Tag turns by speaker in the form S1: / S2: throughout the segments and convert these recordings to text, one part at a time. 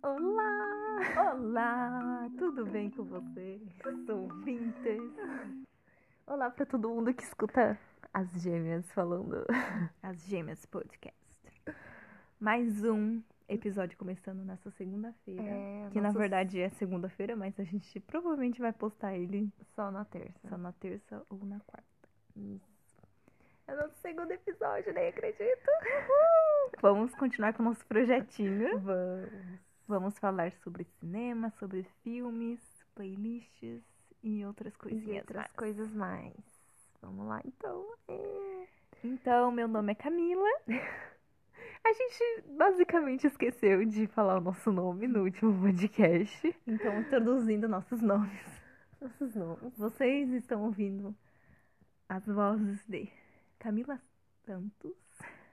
S1: Olá!
S2: Olá, tudo bem com vocês? Ouvintes! Olá para todo mundo que escuta as gêmeas falando.
S1: As Gêmeas Podcast. Mais um episódio começando nessa segunda-feira.
S2: É,
S1: que na
S2: nossos-
S1: verdade é segunda-feira, mas a gente provavelmente vai postar ele
S2: Só na terça.
S1: só na terça ou na quarta.
S2: É nosso segundo episódio, nem acredito.
S1: Vamos continuar com o nosso projetinho.
S2: Vamos.
S1: Vamos falar sobre cinema, sobre filmes, playlists e outras coisinhas.
S2: E outras
S1: mais.
S2: coisas mais. Vamos lá, então.
S1: Então, meu nome é Camila. A gente basicamente esqueceu de falar o nosso nome no último podcast. Então, introduzindo nossos nomes.
S2: Nossos nomes.
S1: Vocês estão ouvindo as vozes de Camila Santos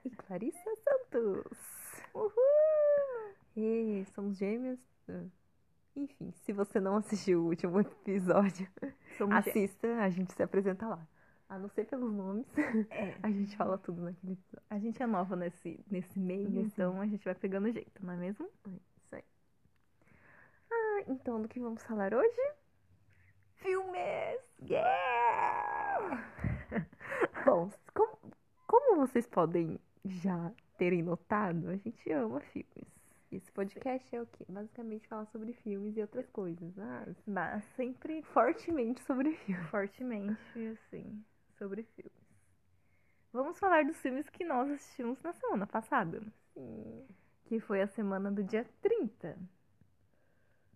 S2: E Clarissa Santos.
S1: Uhul!
S2: E somos gêmeas. Ah. Enfim, se você não assistiu o último episódio,
S1: Somos gêmeas.
S2: assista, a gente se apresenta lá. A não ser pelos nomes,
S1: É,
S2: a gente fala tudo naquele episódio.
S1: a gente é nova nesse, nesse meio,
S2: Uhum.
S1: então a gente vai pegando jeito, não é mesmo?
S2: Isso aí. Ah, então do que vamos falar hoje?
S1: Filmes!
S2: Yeah! Bom, como, como vocês podem já terem notado, a gente ama filmes. Esse podcast é o quê? Basicamente falar sobre filmes e outras coisas. Ah,
S1: Mas sempre
S2: fortemente sobre filmes.
S1: fortemente, assim, sobre filmes. Vamos falar dos filmes que nós assistimos na semana passada, que foi a semana do dia 30.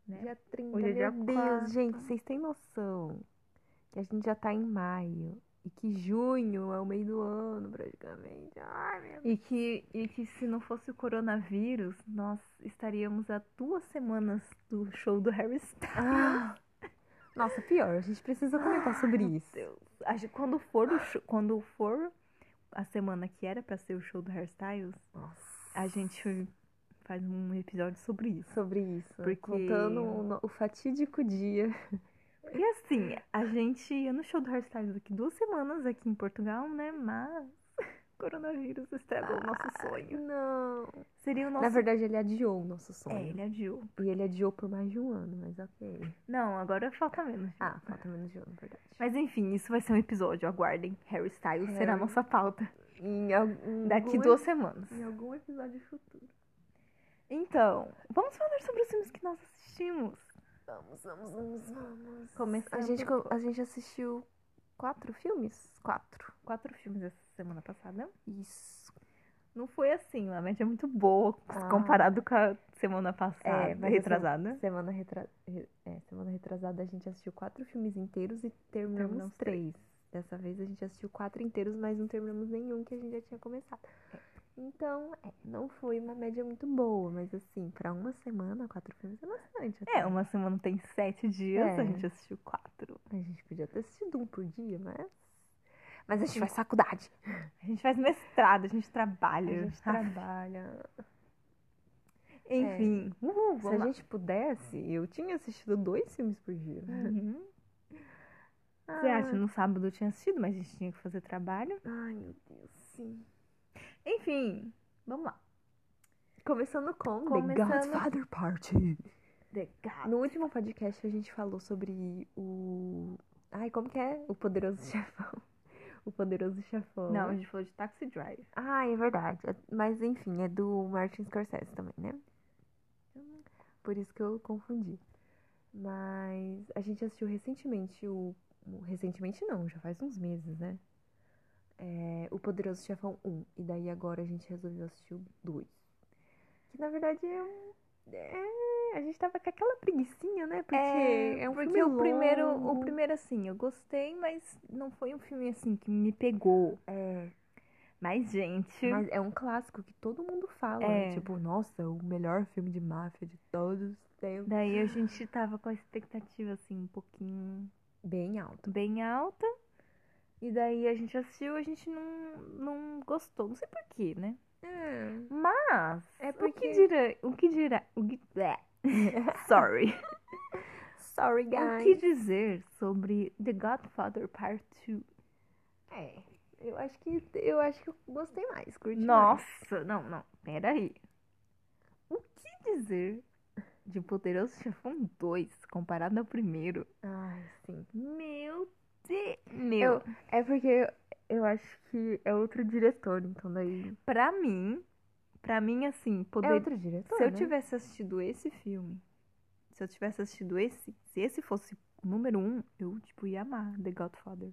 S1: Né?
S2: Dia 30,
S1: Hoje é dia
S2: meu Deus,
S1: quatro.
S2: gente, vocês têm noção que a gente já tá em maio e que junho é o meio do ano, praticamente. Ai, meu
S1: E que, e que se não fosse o coronavírus, nós estaríamos a duas semanas do show do Harry Styles.
S2: Ah. Nossa, pior, a gente precisa comentar sobre isso.
S1: Acho que quando for, o show- quando for a semana que era pra ser o show do Harry Styles,
S2: Nossa.
S1: a gente faz um episódio sobre isso.
S2: Sobre isso.
S1: Porque-
S2: Contando o, no- o fatídico dia.
S1: E assim, a gente ia no show do Hairstyles daqui duas semanas aqui em Portugal, né? Mas o coronavírus estragou o nosso sonho.
S2: Não.
S1: Seria o nosso.
S2: Ah. Na verdade, ele adiou o nosso
S1: é,
S2: sonho.
S1: ele adiou.
S2: E ele adiou por mais de um ano, mas ok.
S1: Não, agora falta menos.
S2: Ah, falta menos de um, na verdade.
S1: Mas enfim, isso vai ser um episódio, aguardem. Harry Styles será a
S2: Harry.
S1: nossa pauta
S2: Em algum,
S1: daqui
S2: algum
S1: duas
S2: ep-
S1: semanas.
S2: Em algum episódio futuro.
S1: Então, vamos falar sobre os filmes que nós assistimos.
S2: Vamos, vamos, vamos, vamos.
S1: Começando
S2: A gente,
S1: por-
S2: co- a gente assistiu quatro filmes? Quatro.
S1: Quatro filmes essa semana passada.
S2: Isso.
S1: Não foi assim, a média é muito boa
S2: Ah.
S1: comparado com a semana passada,
S2: É, mas
S1: retrasada.
S2: Semana, retra... re- é, semana retrasada a gente assistiu quatro filmes inteiros e terminamos
S1: Terminamos
S2: três. Dessa vez a gente assistiu quatro inteiros, mas não terminamos nenhum que a gente já tinha começado. Então, é, não foi uma média muito boa, mas assim, pra uma semana, quatro filmes é bastante. até.
S1: É, uma semana tem sete dias,
S2: É.
S1: a gente assistiu quatro.
S2: A gente podia ter assistido um por dia, mas. Mas a gente faz faculdade.
S1: A gente faz mestrado, a gente
S2: Hum. A
S1: trabalha.
S2: gente tá- é. trabalha.
S1: Enfim, uhul,
S2: Se a
S1: vamos lá.
S2: gente pudesse, eu tinha assistido dois filmes por dia.
S1: Uhum. Você
S2: Ah.
S1: acha? No sábado eu tinha assistido, mas a gente tinha que fazer trabalho.
S2: Ai, meu Deus, sim.
S1: Enfim, vamos lá.
S2: Começando com The
S1: Começando-
S2: Godfather um. Party.
S1: Delicado.
S2: No último podcast a gente falou sobre o. Ai, como que é? O Poderoso Chefão. O Poderoso Chefão.
S1: Não, a gente falou de Taxi Drive.
S2: Ah, é verdade. É- Mas enfim, é do Martin Scorsese também, né? Por isso que eu confundi. Mas a gente assistiu recentemente o. o- Recentemente não, já faz uns meses, né? É, o Poderoso Chefão 1. E daí agora a gente resolveu assistir o 2. Que na verdade é um. é, a gente tava com aquela preguicinha, né? Porque é, um
S1: porque
S2: filme
S1: o primeiro, o
S2: longo.
S1: primeiro assim, eu gostei, mas não foi um filme assim que me pegou.
S2: É,
S1: Mas gente,
S2: mas é um clássico que todo mundo fala.
S1: É.
S2: Tipo, nossa, o melhor filme de máfia de todos os tempos.
S1: daí a gente tava com a expectativa assim um pouquinho
S2: Bem alto.
S1: bem alta. E daí a gente assistiu, a gente não, não gostou. Não sei porquê, né? Mas.
S2: É
S1: Ah, O
S2: porque-
S1: que dirá. O que dirá. O que, bleh. Sorry.
S2: Sorry,
S1: o
S2: guys.
S1: que dizer sobre The Godfather Part 2?
S2: É, eu acho que eu acho que eu gostei mais, curti mais.
S1: Nossa, não, não. Peraí. O que dizer de Poderoso Chefão 2 comparado ao primeiro.
S2: Ai, sim.
S1: Meu Deus! Meu.
S2: Eu- É porque eu acho que é outro diretor, então daí.
S1: Pra mim, pra mim, assim,
S2: É
S1: poder...
S2: outro diretor.
S1: se eu
S2: né?
S1: tivesse assistido esse filme, se eu tivesse assistido esse, se esse fosse o número um, eu, tipo, ia amar The Godfather.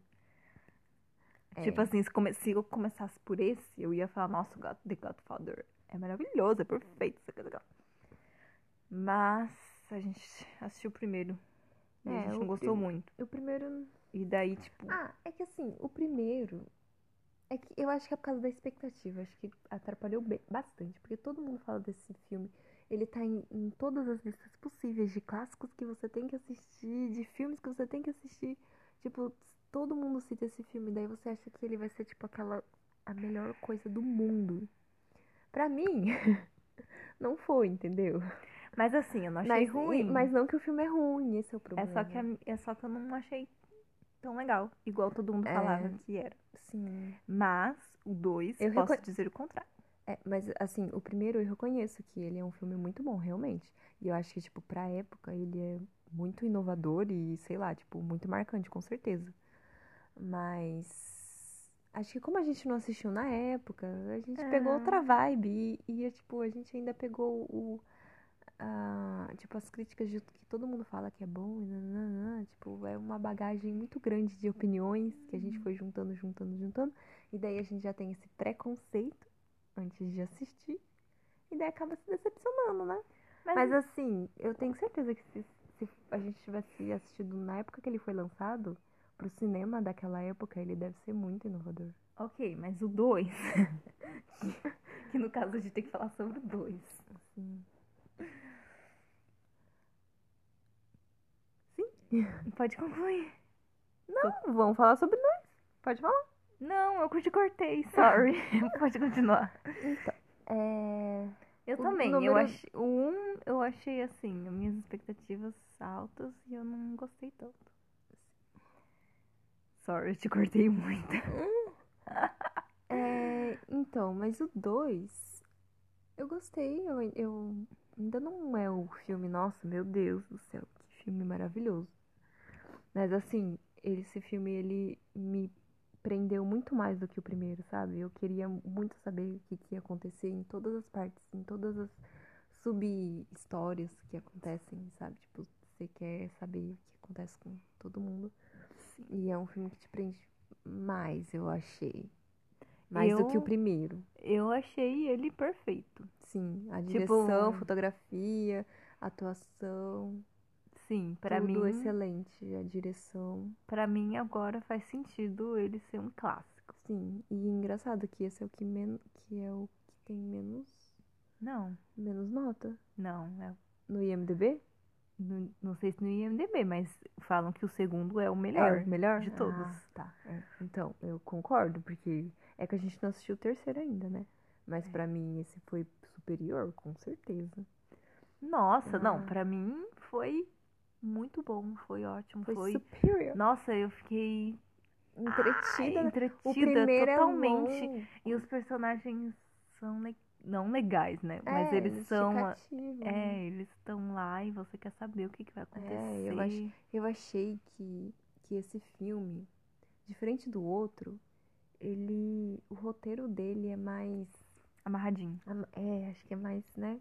S2: É.
S1: Tipo assim, se, come- se eu começasse por esse, eu ia falar, nossa, God- The Godfather é maravilhoso, é perfeito. isso aqui, isso aqui. Mas a gente assistiu o primeiro. E
S2: É,
S1: a gente
S2: o
S1: não gostou
S2: prim-
S1: muito.
S2: O primeiro.
S1: E daí, tipo,
S2: Ah, é que assim, o primeiro. É que eu acho que é por causa da expectativa. Acho que atrapalhou be- bastante. Porque todo mundo fala desse filme. Ele tá em, em todas as listas possíveis de clássicos que você tem que assistir, de filmes que você tem que assistir. Tipo, todo mundo cita esse filme. Daí você acha que ele vai ser, tipo, aquela. A melhor coisa do mundo. Pra mim, não foi, entendeu?
S1: mas assim, eu não achei
S2: mas,
S1: ruim.
S2: Mas não que o filme é ruim, esse é o
S1: É
S2: problema.
S1: só, que a- é só que eu não achei tão legal. Igual todo mundo
S2: É.
S1: falava que era.
S2: Sim.
S1: Mas o 2,
S2: Eu
S1: posso
S2: recon-
S1: dizer o contrário.
S2: É, mas assim, o primeiro eu reconheço que ele é um filme muito bom, realmente. E eu acho que, tipo, pra época ele é muito inovador e, sei lá, tipo, muito marcante, com certeza. Mas acho que como a gente não assistiu na época, a gente
S1: É.
S2: pegou outra vibe e, e, tipo, a gente ainda pegou o. a- tipo, as críticas de que todo mundo fala que é bom e nananã, tipo, é uma bagagem muito grande de opiniões que a gente foi juntando, juntando, juntando. E daí a gente já tem esse preconceito antes de assistir. E daí acaba se decepcionando, né? Mas assim, eu tenho certeza que se, se a gente tivesse assistido na época que ele foi lançado, pro cinema daquela época, ele deve ser muito inovador.
S1: Ok, mas o 2. que no caso a gente tem que falar sobre o 2.
S2: Sim.
S1: Pode concluir.
S2: Não, vamos falar sobre nós. Pode falar.
S1: Não, eu te cortei, sorry. Pode continuar.
S2: É.
S1: Eu
S2: O
S1: também. Eu
S2: número-
S1: achei, o 1 um, eu achei assim, as minhas expectativas altas e eu não gostei tanto. Sorry, eu te cortei muito.
S2: É, então, mas o 2, eu gostei, eu, eu- ainda não é o filme, nossa, meu Deus do céu, que filme maravilhoso. Mas assim, ele- esse filme, ele me prendeu muito mais do que o primeiro, sabe? Eu queria muito saber o que, que ia acontecer em todas as partes, em todas as sub-histórias que acontecem, sabe? Tipo, você quer saber o que acontece com todo mundo. E é um filme que te prende mais, eu achei. Mais do que o
S1: Eu-
S2: primeiro.
S1: Eu achei ele perfeito.
S2: Sim, a
S1: Tipo-
S2: direção, fotografia, atuação,
S1: Sim, pra
S2: tudo
S1: mim.
S2: excelente, a direção.
S1: Pra mim agora faz sentido ele ser um clássico.
S2: Sim, e engraçado que esse é o que menos que é o que tem menos
S1: Não,
S2: menos nota
S1: não. é-
S2: no IMDb?
S1: não, não sei se no IMDB, mas falam que o segundo é o
S2: É,
S1: melhor.
S2: o melhor
S1: de todos.
S2: Ah, tá. é. Então, eu concordo, porque é que a gente não assistiu o terceiro ainda, né?
S1: É.
S2: Mas pra mim esse foi superior, com certeza.
S1: Nossa,
S2: Ah.
S1: não, pra mim foi muito bom, foi ótimo,
S2: Foi,
S1: foi.
S2: superior.
S1: Nossa, eu fiquei
S2: Entretida,
S1: ai,
S2: né?
S1: entretida
S2: O primeiro
S1: totalmente.
S2: é longo.
S1: E os personagens são le- não legais, né? Mas
S2: É,
S1: eles são
S2: cativam, né?
S1: é, eles estão lá e você quer saber o que, que vai acontecer.
S2: É, eu acho- Eu achei que, que esse filme, diferente do outro, ele. O roteiro dele é mais.
S1: Amarradinho.
S2: am- É, acho que é mais, né?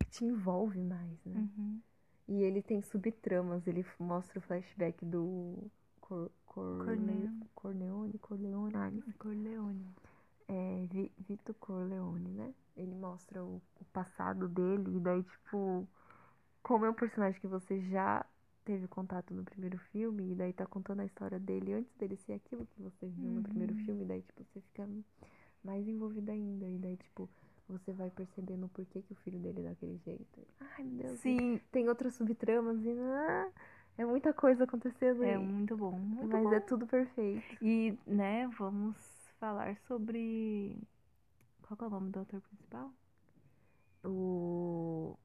S2: Que te envolve mais, né?
S1: Uhum.
S2: E ele tem subtramas, ele f- mostra o flashback do. Cor, Corle-
S1: Corleone.
S2: Corleone, Corleone, ah, enfim.
S1: Corleone.
S2: é, Vi- Vito Corleone, né? Ele mostra o, o passado dele, e daí, tipo, como é um personagem que você já teve contato no primeiro filme, e daí tá contando a história dele antes dele ser aquilo que você viu no primeiro
S1: Uhum.
S2: filme, e daí, tipo, você fica mais envolvida ainda, e daí, tipo, você vai percebendo por que, que o filho dele é daquele jeito. Ai, meu Deus. e
S1: Sim,
S2: Tem outras subtramas, e ah, é muita coisa acontecendo
S1: é
S2: aí.
S1: muito bom, muito
S2: Mas
S1: bom.
S2: é tudo perfeito.
S1: E, né, vamos falar sobre. Qual que é o nome do ator principal?
S2: O.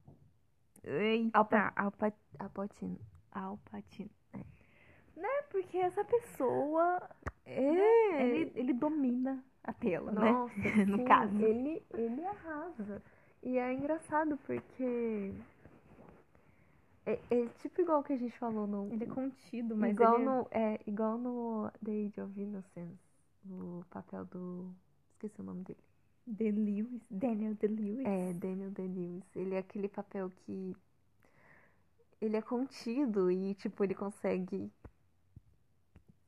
S1: Alpa-
S2: Alpa... Alpatino.
S1: Al Pacino. Né? Porque essa pessoa,
S2: É,
S1: ele, ele domina a tela, né?
S2: nossa,
S1: No
S2: sim,
S1: caso.
S2: Ele, ele arrasa. E é engraçado porque É, é tipo igual que a gente falou no.
S1: Ele é contido, mas
S2: igual
S1: ele é-
S2: no. É, igual no The Age of Innocence. O papel do. Esqueci o nome dele.
S1: The Lewis, Daniel The Lewis.
S2: É, Daniel Day-Lewis. Ele é aquele papel que. Ele é contido e, tipo, ele consegue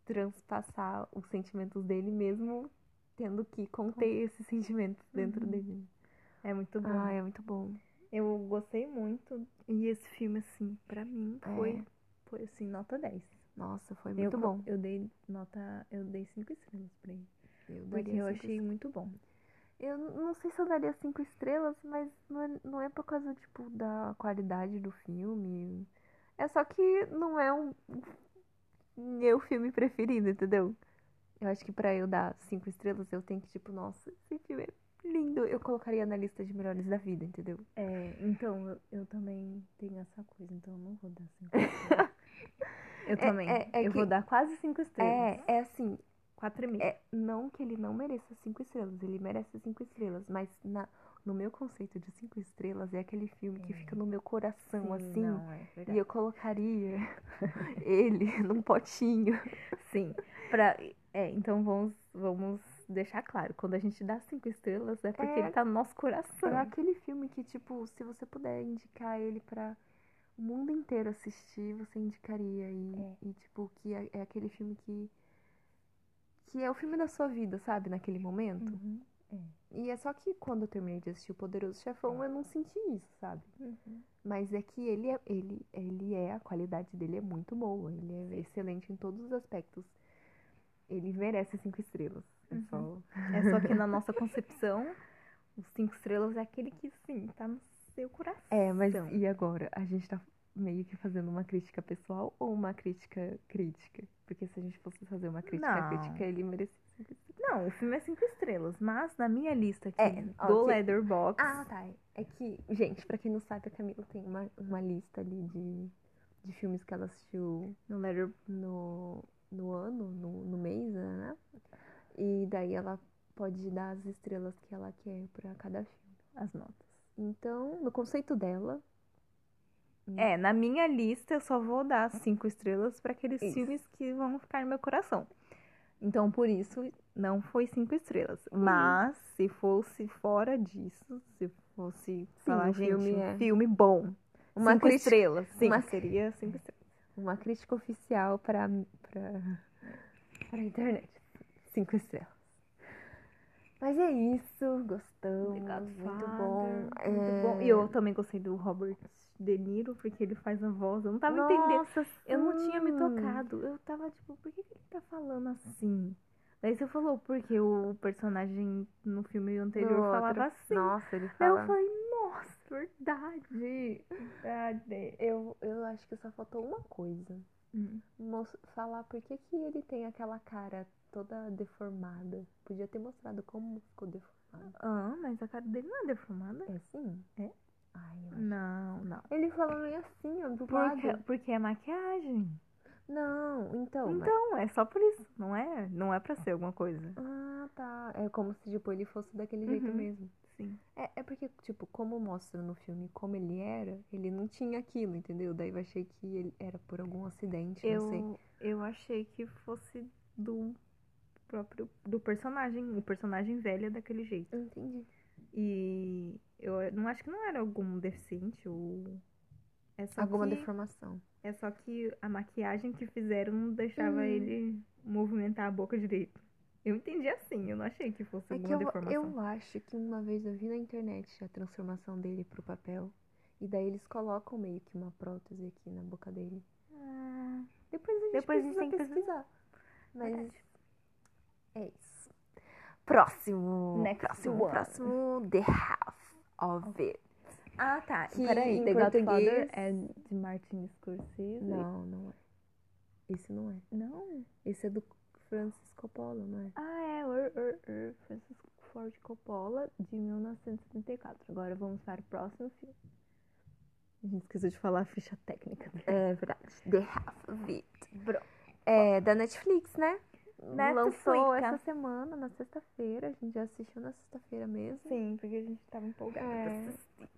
S2: transpassar os sentimentos dele mesmo tendo que conter esses sentimentos dentro
S1: Uhum.
S2: dele.
S1: É, muito bom.
S2: Ah, é muito bom.
S1: Eu gostei muito. E esse filme, assim, pra mim, foi, foi assim, nota 10.
S2: Nossa, foi muito
S1: eu,
S2: bom.
S1: Eu dei nota. Eu dei 5 estrelas pra ele.
S2: Eu
S1: Porque
S2: daria
S1: eu
S2: cinco
S1: achei muito bom.
S2: Eu n- não sei se eu daria cinco estrelas, mas não é, não é por causa, tipo, da qualidade do filme. É só que não é um meu filme preferido, entendeu? Eu acho que pra eu dar cinco estrelas, eu tenho que, tipo, nossa, esse filme é lindo. Eu colocaria na lista de melhores da vida, entendeu?
S1: É, então, eu, eu também tenho essa coisa, então eu não vou dar 5 estrelas. eu também.
S2: é- é
S1: eu
S2: que-
S1: vou dar quase 5 estrelas.
S2: É, é assim,
S1: 4,5.
S2: é, não que ele não mereça cinco estrelas, ele merece cinco estrelas, mas na, no meu conceito de cinco estrelas é aquele filme que
S1: É.
S2: fica no meu coração,
S1: Sim,
S2: assim.
S1: Não, é
S2: E
S1: verdade.
S2: eu colocaria ele num potinho.
S1: Sim. Pra... É, então vamos, vamos deixar claro. Quando a gente dá 5 estrelas, é porque
S2: É.
S1: ele tá no nosso
S2: É
S1: coração.
S2: aquele filme que, tipo, se você puder indicar ele pra o mundo inteiro assistir, você indicaria. E,
S1: É.
S2: e, tipo, que é, é aquele filme que. Que é o filme da sua vida, sabe? Naquele momento.
S1: Uhum.
S2: E é só que quando eu terminei de assistir O Poderoso Chefão, eu não senti isso, sabe?
S1: Uhum.
S2: Mas é que ele é, ele, ele é, a qualidade dele é muito boa. Ele é excelente em todos os aspectos. Ele merece cinco estrelas. É
S1: Uhum.
S2: só-
S1: É só que na nossa concepção, os cinco estrelas é aquele que sim, tá no seu coração.
S2: É, mas e agora? A gente tá meio que fazendo uma crítica pessoal ou uma crítica crítica? Porque se a gente fosse fazer uma crítica
S1: Não.
S2: crítica, ele merecia.
S1: Não, o filme é cinco estrelas, mas na minha lista aqui
S2: É, ó,
S1: do
S2: que-
S1: Leatherbox,
S2: tá. É que, gente, pra quem não sabe, a Camila tem uma, uma lista ali de, de filmes que ela assistiu
S1: no Leather
S2: no, no ano, no, no mês, né? E daí ela pode dar as estrelas que ela quer pra cada filme.
S1: as notas.
S2: Então, no conceito dela,
S1: É, na minha lista eu só vou dar cinco estrelas pra aqueles
S2: Isso.
S1: filmes que vão ficar no meu coração. Então, por isso, não foi cinco estrelas.
S2: Hum.
S1: Mas, se fosse fora disso, se fosse falar,
S2: um
S1: gente,
S2: filme
S1: um
S2: é-
S1: filme bom,
S2: Uma
S1: cinco
S2: crítica-
S1: estrelas, sim,
S2: uma-
S1: seria cinco estrelas.
S2: Uma crítica oficial para para para internet. Cinco estrelas. Mas é isso, gostamos. muito bom.
S1: Muito
S2: É,
S1: bom. E eu também gostei do Robert De Niro, porque ele faz a voz. Eu não tava entendendo.
S2: Nossa,
S1: Eu não tinha me
S2: sim.
S1: tocado. Eu tava tipo, por que, que ele tá falando assim? Daí você falou, porque o personagem no filme anterior
S2: Do outro.
S1: falava assim.
S2: Nossa, ele
S1: Daí
S2: fala.
S1: eu falei, nossa, verdade. Verdade.
S2: Eu, eu acho que só faltou uma coisa.
S1: Hum.
S2: Mos- falar por que, que ele tem aquela cara toda deformada. Podia ter mostrado como ficou deformado.
S1: Ah, mas a cara dele não é deformada?
S2: É sim?
S1: É?
S2: Ai, eu acho.
S1: Não, não.
S2: Ele fala meio assim, ó, do
S1: Porque,
S2: lado.
S1: porque é maquiagem.
S2: Não, então. mas-
S1: Então, é só por isso. Não é, não é pra ser alguma coisa.
S2: Ah, tá. É como se, tipo, ele fosse daquele jeito
S1: Uhum.
S2: mesmo.
S1: Sim.
S2: É, é porque, tipo, como mostra no filme como ele era, ele não tinha aquilo, entendeu? Daí eu achei que ele era por algum acidente, não sei.
S1: Eu, eu achei que fosse do próprio do personagem, o personagem velho é daquele jeito.
S2: Entendi.
S1: E eu não acho que não era algum deficiente ou é só
S2: Alguma
S1: que,
S2: deformação.
S1: é só que a maquiagem que fizeram não deixava
S2: Hum.
S1: ele movimentar a boca direito. Eu entendi assim, eu não achei que fosse
S2: É que
S1: alguma
S2: eu,
S1: deformação.
S2: eu acho que uma vez eu vi na internet a transformação dele pro papel. E daí eles colocam meio que uma prótese aqui na boca dele.
S1: Ah,
S2: Depois a gente
S1: Depois a gente
S2: precisa
S1: tem que
S2: pesquisar. Mas
S1: Verdade.
S2: é isso. Próximo.
S1: Next
S2: próximo,
S1: one.
S2: próximo. The House of It.
S1: ah, tá.
S2: Que
S1: Peraí,
S2: em
S1: The Godfather
S2: português-
S1: é de Martin Scorsese?
S2: Não, não é. Esse não é.
S1: Não?
S2: Esse é do Francis Coppola, não é?
S1: Ah, é, ur, ur, ur, Francisco Ford Coppola, de 1974. Agora vamos para o próximo filme. A gente esqueceu de falar a ficha técnica.
S2: É verdade. The House of It.
S1: Bro.
S2: É da Netflix, né?
S1: Netflix,
S2: lançou
S1: tá?
S2: essa semana, na sexta-feira. A gente já assistiu na sexta-feira mesmo.
S1: Sim, porque a gente tava empolgada.
S2: É.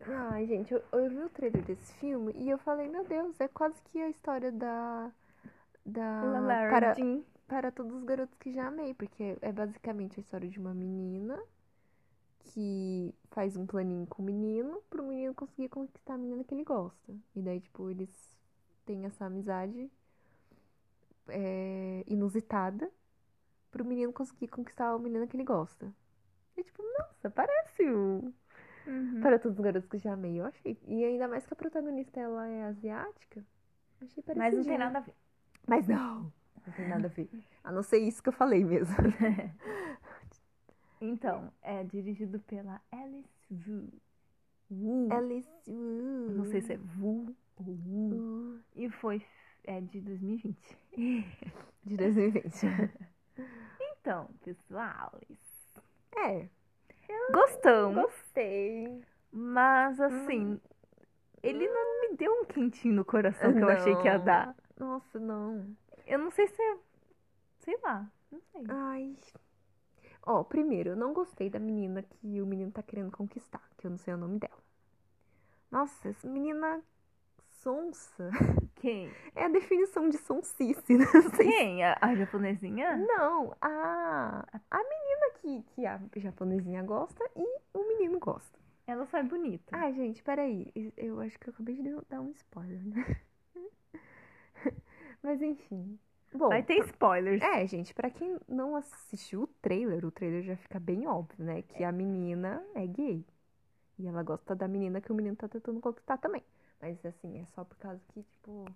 S2: Ai, gente, eu, eu vi o trailer desse filme e eu falei, meu Deus, é quase que a história da. Da.
S1: Ela Lara
S2: para,
S1: Jean.
S2: para todos os garotos que já amei, porque é basicamente a história de uma menina que faz um planinho com o menino pro menino conseguir conquistar a menina que ele gosta. E daí, tipo, eles têm essa amizade é, inusitada pro menino conseguir conquistar a menina que ele gosta. E tipo, nossa, parece o
S1: Uhum.
S2: para todos os garotos que já amei, eu achei. E ainda mais que a protagonista ela é asiática. Achei parecido.
S1: Mas não tem nada a ver.
S2: Mas não! Não tem nada a ver. A não ser isso que eu falei mesmo.
S1: Então, é dirigido pela Alice Wu.
S2: Alice.
S1: Não sei se é Wu ou Wu.
S2: Uh,
S1: E foi é de 2020.
S2: de 2020.
S1: Então, pessoal,
S2: É.
S1: gostamos,
S2: Gostei.
S1: mas assim, ele não me deu um quentinho no coração que eu achei que ia
S2: Não.
S1: dar.
S2: Nossa, não.
S1: Eu não sei se é. Sei lá, não sei.
S2: Ai. Ó, primeiro, eu não gostei da menina que o menino tá querendo conquistar, que eu não sei o nome dela. Nossa, essa menina sonsa.
S1: Quem?
S2: É a definição de sonsice, né? não sei
S1: Quem? A, a japonesinha?
S2: Não, a, a menina que, que a japonesinha gosta e o menino gosta.
S1: Ela só é bonita.
S2: Ai, gente, peraí. Eu acho que eu acabei de dar um spoiler, né? Mas enfim. Bom,
S1: Vai ter spoilers.
S2: é, gente, pra quem não assistiu o trailer, o trailer já fica bem óbvio, né? Que a menina é gay. E ela gosta da menina que o menino tá tentando conquistar também. Mas assim, é só por causa que, tipo,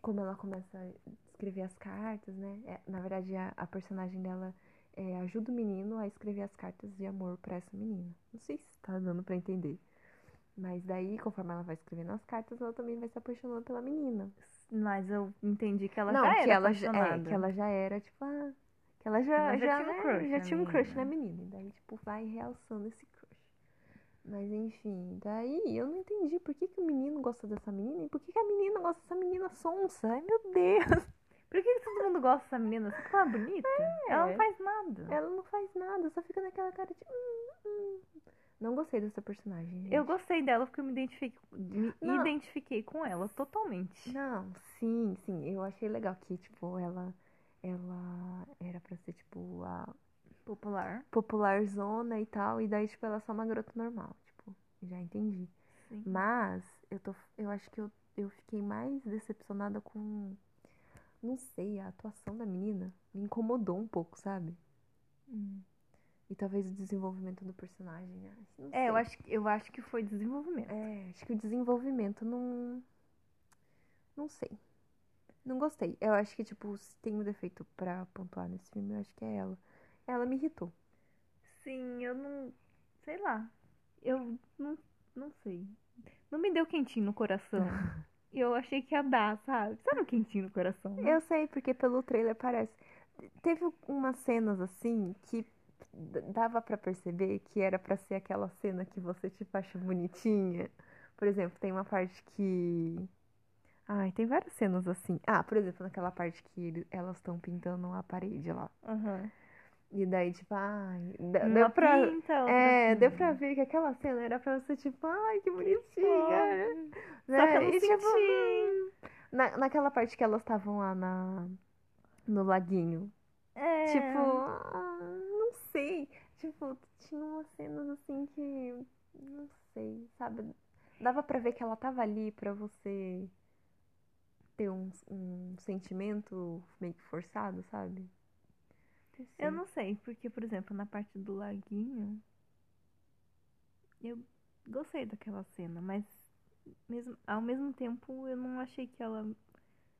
S2: como ela começa a escrever as cartas, né? É, na verdade, a, a personagem dela é, ajuda o menino a escrever as cartas de amor pra essa menina. Não sei se tá dando pra entender. Mas daí, conforme ela vai escrevendo as cartas, ela também vai se apaixonando pela menina
S1: Mas eu entendi que ela
S2: não,
S1: já era
S2: que ela já,
S1: apaixonada.
S2: é, que ela já era, tipo, ah, que ela já,
S1: Ela já
S2: já,
S1: tinha um
S2: né,
S1: crush
S2: já
S1: na
S2: tinha um crush
S1: menina.
S2: na menina. E daí, tipo, vai realçando esse crush. Mas enfim, daí eu não entendi por que, que o menino gosta dessa menina e por que, que a menina gosta dessa menina sonsa. Ai, meu Deus.
S1: Por que, que todo mundo gosta dessa menina? Só porque ela é bonita? Ela não faz nada.
S2: Ela não faz nada, só fica naquela cara de. hum, hum. Não gostei dessa personagem. gente.
S1: Eu gostei dela porque eu me identifiquei, me
S2: Não.
S1: identifiquei com ela totalmente.
S2: Não, sim, sim. Eu achei legal que, tipo, ela. Ela era pra ser, tipo, a
S1: Popular.
S2: popular zona e tal, e daí, tipo, ela é só uma garota normal, tipo, já entendi.
S1: Sim.
S2: Mas eu tô. Eu acho que eu, eu fiquei mais decepcionada com. Não sei, a atuação da menina me incomodou um pouco, sabe?
S1: Hum.
S2: E talvez o desenvolvimento do personagem, né? Não
S1: É, eu
S2: sei.
S1: acho, que- eu acho que foi desenvolvimento.
S2: É, acho que o desenvolvimento não. Não sei. Não gostei. Eu acho que, tipo, se tem um defeito pra pontuar nesse filme, eu acho que é ela. Ela me irritou.
S1: Sim, eu não. Sei lá. Eu não, não sei. Não me deu quentinho no coração. E eu achei que ia dar, sabe? Sabe o quentinho no coração? né?
S2: Eu sei, porque pelo trailer parece. Teve umas cenas assim que d- dava pra perceber que era pra ser aquela cena que você tipo acha bonitinha. Por exemplo, tem uma parte que Ai, tem várias cenas assim. Ah, por exemplo, naquela parte que ele- elas estão pintando a parede lá.
S1: É. Aham.
S2: E daí, tipo, ai, d-
S1: Uma
S2: deu pra.
S1: pinta, outra
S2: É, deu
S1: pinta.
S2: pra ver que aquela cena era pra você, tipo, ai, que bonitinha.
S1: Só
S2: né?
S1: que eu não
S2: E, tipo,
S1: senti.
S2: na, naquela parte que elas estavam lá na, no laguinho.
S1: É.
S2: Tipo, ah, não sei. Tipo, tinha umas cenas assim que. Não sei, sabe? Dava pra ver que ela tava ali pra você ter um, um sentimento meio que forçado, sabe?
S1: Eu não sei, porque, por exemplo, na parte do laguinho, eu gostei daquela cena, mas mesmo, ao mesmo tempo eu não achei que ela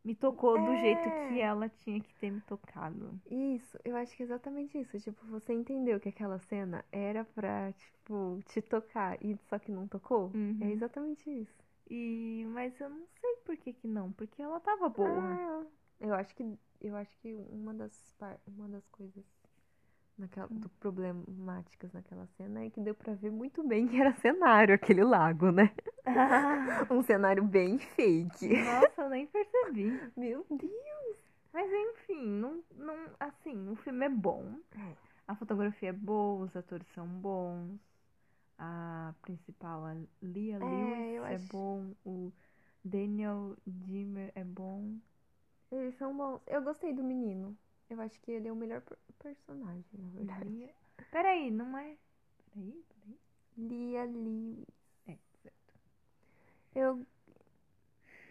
S1: me tocou do jeito que
S2: É.
S1: ela tinha que ter me tocado.
S2: Isso, eu acho que é exatamente isso. Tipo, você entendeu que aquela cena era pra, tipo, te tocar e só que não tocou?
S1: Uhum.
S2: É exatamente isso.
S1: E, mas eu não sei por que que não, porque ela tava boa.
S2: Ah, eu acho que eu acho que uma das par- uma das coisas naquela do problemáticas naquela cena é que deu pra ver muito bem que era cenário aquele lago, né? Um cenário bem fake.
S1: Nossa, eu nem percebi.
S2: Meu Deus.
S1: Mas enfim, não, não. Assim, o filme é bom.
S2: É.
S1: A fotografia é boa, os atores são bons. A principal, a Lia Lewis,
S2: eu
S1: é
S2: acho-
S1: bom. O Daniel Dimmer é bom.
S2: Eles são bons. Eu gostei do menino. Eu acho que ele é o melhor per- personagem, na verdade.
S1: Lia... Peraí, não é. Peraí, peraí.
S2: Lia Lewis.
S1: É,
S2: Eu.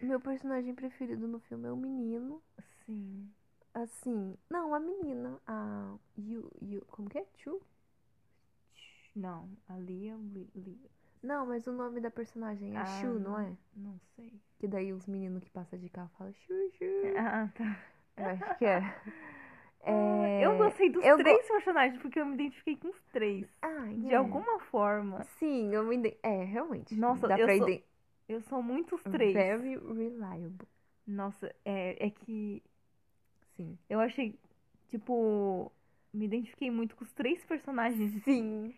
S2: Meu personagem preferido no filme é o menino.
S1: Sim.
S2: Assim. Não, a menina. A. Yu. Yu como que é? Chu?
S1: Não, a Lia. Wi- Lia-
S2: Não, mas o nome da personagem é
S1: Ah.
S2: Chu, não é?
S1: Não sei.
S2: Que daí os meninos que passam de carro falam Chu, Chu.
S1: Ah, tá.
S2: Eu acho que é. É,
S1: Ah, Eu gostei dos
S2: eu go-
S1: três personagens, porque eu me identifiquei com os três.
S2: Ah,
S1: De
S2: é.
S1: alguma forma.
S2: Sim, eu me ide- É, realmente.
S1: Nossa,
S2: Dá
S1: eu
S2: pra
S1: sou
S2: iden-
S1: Eu sou muitos três.
S2: Very reliable.
S1: Nossa, é, é que
S2: Sim.
S1: eu achei, tipo, me identifiquei muito com os três personagens.
S2: Sim.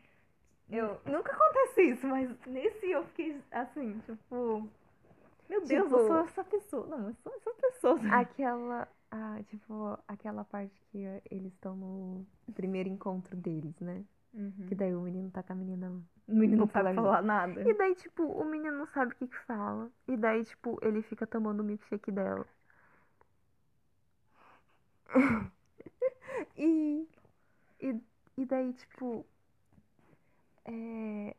S1: Eu nunca acontece isso, mas nesse eu fiquei assim, tipo, meu Deus, eu
S2: Tipo-
S1: sou essa pessoa. Não, eu sou essa pessoa.
S2: Aquela. ah, tipo, aquela parte que eh, eles estão no primeiro encontro deles, né? Que daí o menino tá com a menina.
S1: O menino Uhum. não sabe
S2: falar
S1: falar nada.
S2: E daí, tipo, o menino não sabe o que que fala. E daí, tipo, ele fica tomando o milkshake dela. e, e. E daí, tipo. É.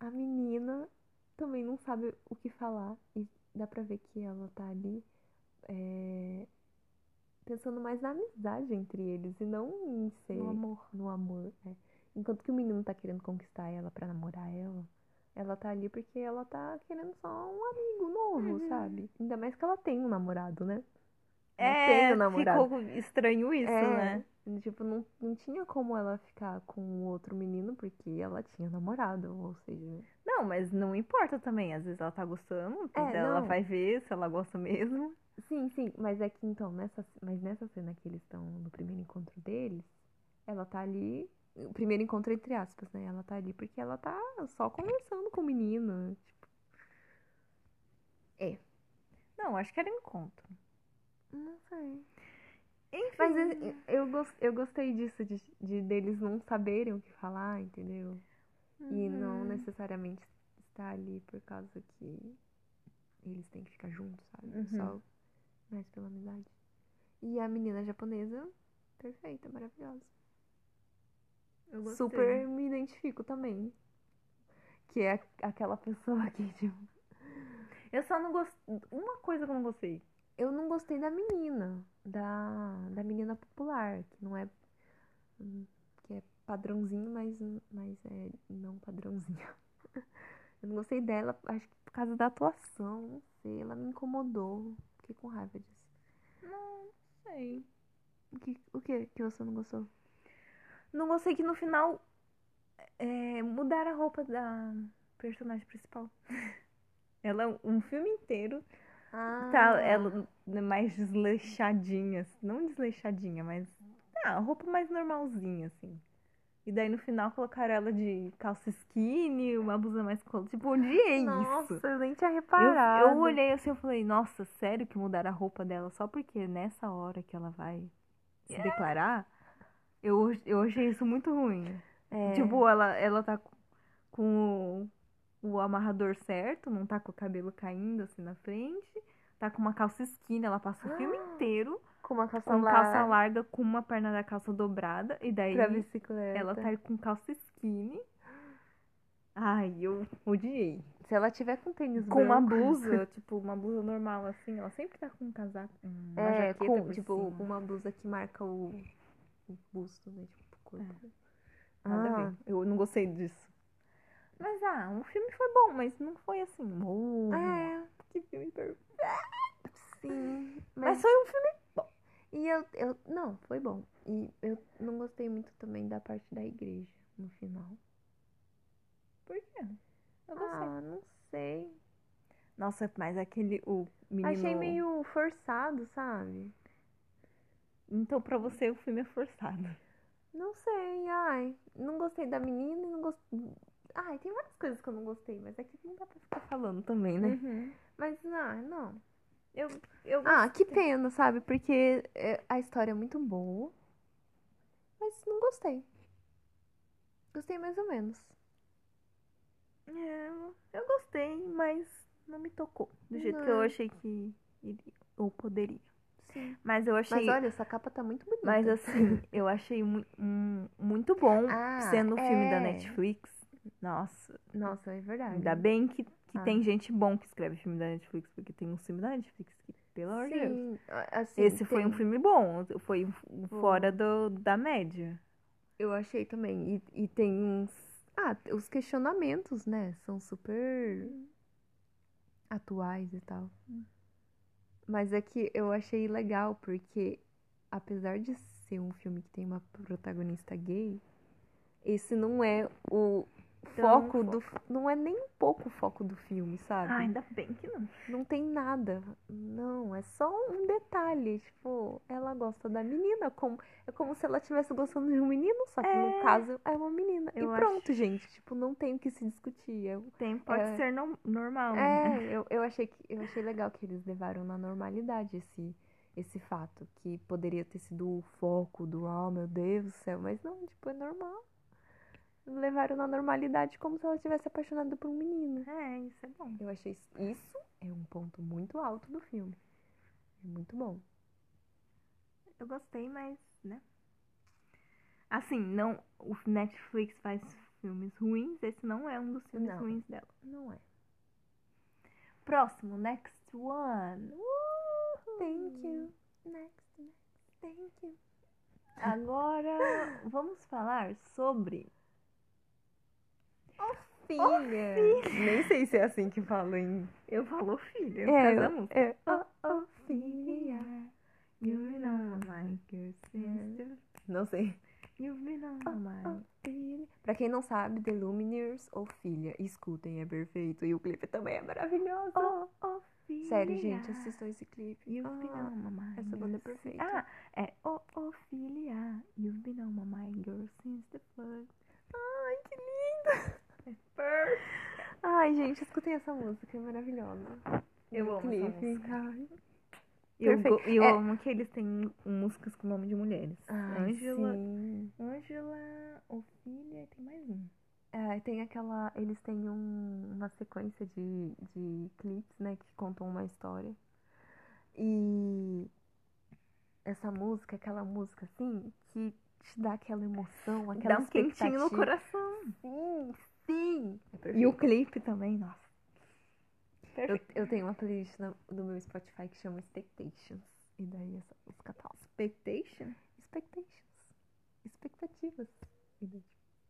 S2: A menina também não sabe o que falar. E dá pra ver que ela tá ali. É, pensando mais na amizade entre eles e não em ser
S1: Meu amor.
S2: no amor, né? Enquanto que o menino tá querendo conquistar ela pra namorar ela, ela tá ali porque ela tá querendo só um amigo novo,
S1: Uhum.
S2: sabe? Ainda mais que ela tem um namorado, né? Ela
S1: É,
S2: tem um namorado.
S1: ficou estranho isso,
S2: É,
S1: né?
S2: Tipo, não, não tinha como ela ficar com o outro menino porque ela tinha namorado, ou seja.
S1: Não, mas não importa também. Às vezes ela tá gostando,
S2: É,
S1: então ela
S2: não.
S1: vai ver se ela gosta mesmo.
S2: Sim, sim, mas é que então, nessa, mas nessa cena que eles estão no primeiro encontro deles, ela tá ali. O primeiro encontro, entre aspas, né? Ela tá ali porque ela tá só conversando com o menino. Tipo,
S1: Não, acho que era encontro.
S2: não sei.
S1: Enfim.
S2: Mas é- eu, eu, gos- eu gostei disso, de, de deles não saberem o que falar, entendeu? E não né?
S1: Uhum.
S2: necessariamente estar ali por causa que eles têm que ficar juntos, sabe?
S1: Uhum.
S2: Só mais pela amizade. E a menina japonesa, perfeita, maravilhosa.
S1: Uhum. Eu gostei.
S2: Super me identifico também. Que é a- aquela pessoa que, tipo,
S1: Eu só não gostei. Uma coisa que eu não gostei.
S2: Eu não gostei da menina, da, da menina popular, que não é. hum, que é padrãozinho, mas, mas é não padrãozinho. Eu não gostei dela, acho que por causa da atuação, não sei, ela me incomodou. Fiquei com raiva disso.
S1: Sei.
S2: O que, o que que você não gostou?
S1: Não gostei que no final é, mudaram a roupa da personagem principal. Ela, um filme inteiro,
S2: Ah,
S1: tá ela mais desleixadinha. assim. Não desleixadinha, mas. Ah, roupa mais normalzinha, assim. E daí no final colocaram ela de calça skinny, uma blusa mais col... Tipo, odiei
S2: Nossa,
S1: isso.
S2: eu nem tinha
S1: Eu,
S2: reparado.
S1: eu olhei assim e falei, nossa, sério que mudaram a roupa dela só porque nessa hora que ela vai se declarar? Eu, eu achei isso muito ruim.
S2: É,
S1: Tipo, ela, ela tá com- com o, o amarrador certo, não tá com o cabelo caindo assim na frente, tá com uma calça skinny, ela passa o filme inteiro
S2: com uma Ah, calça
S1: com calça
S2: larga
S1: larga, com uma perna da calça dobrada, e daí
S2: pra bicicleta.
S1: ela tá com calça skinny. Ai, eu odiei
S2: Se ela tiver com tênis
S1: com uma
S2: branco-
S1: blusa, tipo, uma blusa normal, assim, ela sempre tá com um casaco, uma
S2: É,
S1: jaqueta
S2: com,
S1: por
S2: tipo,
S1: cima.
S2: uma blusa que marca o, o busto, né? Tipo, o corpo.
S1: É. Nada a ver. Ah, Eu não gostei disso. Mas, ah, o filme foi bom, mas não foi assim, uou,
S2: É,
S1: que filme perfeito.
S2: sim.
S1: Mas
S2: Mas,
S1: foi um filme...
S2: e eu, eu. Não, foi bom. E eu não gostei muito também da parte da igreja no final.
S1: Por quê? Eu gostei.
S2: Ah, não sei.
S1: Nossa, mas aquele, o menino...
S2: Achei meio forçado, sabe?
S1: Então, pra você, o filme é forçado.
S2: Não sei, ai. Não gostei da menina e não gostei. Ai, tem
S1: Uhum.
S2: várias coisas que eu né? não gostei, mas é que não dá pra ficar falando também, né? Mas, não, não.
S1: Eu, eu
S2: Ah, que
S1: gostei.
S2: pena, sabe? Porque é, a história é muito boa, mas não gostei. Gostei mais ou menos.
S1: É, eu gostei, mas não me tocou. Do jeito que eu
S2: Não.
S1: achei que iria, ou poderia.
S2: Sim.
S1: Mas eu achei.
S2: Mas olha, essa capa tá muito bonita.
S1: mas assim, eu achei mu- um- muito bom
S2: Ah,
S1: sendo um filme da
S2: é.
S1: Netflix. Nossa,
S2: Nossa, é verdade.
S1: ainda bem que, que
S2: Ah.
S1: tem gente bom que escreve filme da Netflix, porque tem um filme da Netflix que, pelo amor de Deus.
S2: Sim, a- assim,
S1: Esse foi um
S2: tem-
S1: filme bom, foi um f-
S2: Bom.
S1: fora do, da média.
S2: Eu achei também. E, e tem uns. Ah, os questionamentos, né? São super atuais e tal. Mas é que eu achei legal, porque apesar de ser um filme que tem uma protagonista gay, esse não é o
S1: Tão
S2: foco do. Não é nem um pouco o foco do filme, sabe?
S1: Ah, ainda bem que não.
S2: Não tem nada. Não, é só um detalhe. Tipo, ela gosta da menina. Como, é como se ela estivesse gostando de um menino, só que no
S1: É.
S2: caso é uma menina.
S1: Eu
S2: e pronto, gente. Tipo, não tem o que se discutir. Eu,
S1: Tem, pode
S2: É.
S1: ser no- normal, né?
S2: é, eu, eu, achei que, eu achei legal que eles levaram na normalidade esse, esse fato. Que poderia ter sido o foco do, oh meu Deus do céu. Mas não, tipo, é normal. Levaram na normalidade como se ela estivesse apaixonada por um menino.
S1: É, isso é bom.
S2: Eu achei isso, isso é um ponto muito alto do filme. É muito bom.
S1: Eu gostei, mas, né? Assim, não, o Netflix faz filmes ruins, esse não é um dos filmes
S2: Não.
S1: ruins dela.
S2: Não é.
S1: Próximo, next one. Uhul.
S2: Thank you. Next, next. Hum. Thank you.
S1: Agora vamos falar sobre.
S2: Oh, Filha. Nem sei se é assim que fala em.
S1: Eu falo filho,
S2: É,
S1: faz a música.
S2: é.
S1: Oh,
S2: oh,
S1: filha, you've been on my mind, girl, sister.
S2: Não sei.
S1: You've been on
S2: Ah,
S1: my mind.
S2: Filha. Pra quem não sabe, The Lumineers ou Filha, escutem, é perfeito. E o clipe também é maravilhoso.
S1: Oh, oh, filha.
S2: Sério, gente, assistam esse clipe.
S1: You've been
S2: Ah,
S1: on my mind.
S2: essa banda é
S1: girl, since-
S2: perfeita.
S1: Ah, é Oh Oh Filha. You've been on my mind, girl, since the first.
S2: Ai, que lindo!
S1: É
S2: Ai, gente, escutem essa música, é maravilhosa.
S1: Eu
S2: E o
S1: amo essa música.
S2: Ai.
S1: Eu, go-
S2: Perfeito.
S1: eu
S2: É.
S1: amo que eles têm músicas com nome de mulheres.
S2: Ai,
S1: Ângela.
S2: sim.
S1: Ângela, Ofília e tem mais um.
S2: É, tem aquela. Eles têm um- uma sequência de, de clipes, né? Que contam uma história. E essa música, aquela música assim, que te dá aquela emoção, aquela
S1: Dá um quentinho no
S2: expectativa.
S1: coração. É
S2: Sim, sim.
S1: E o clipe também, nossa.
S2: Eu, eu tenho uma playlist na- no meu Spotify que chama Expectations. E daí essa música tá.
S1: Expectation?
S2: Expectations. Expectativas. E daí,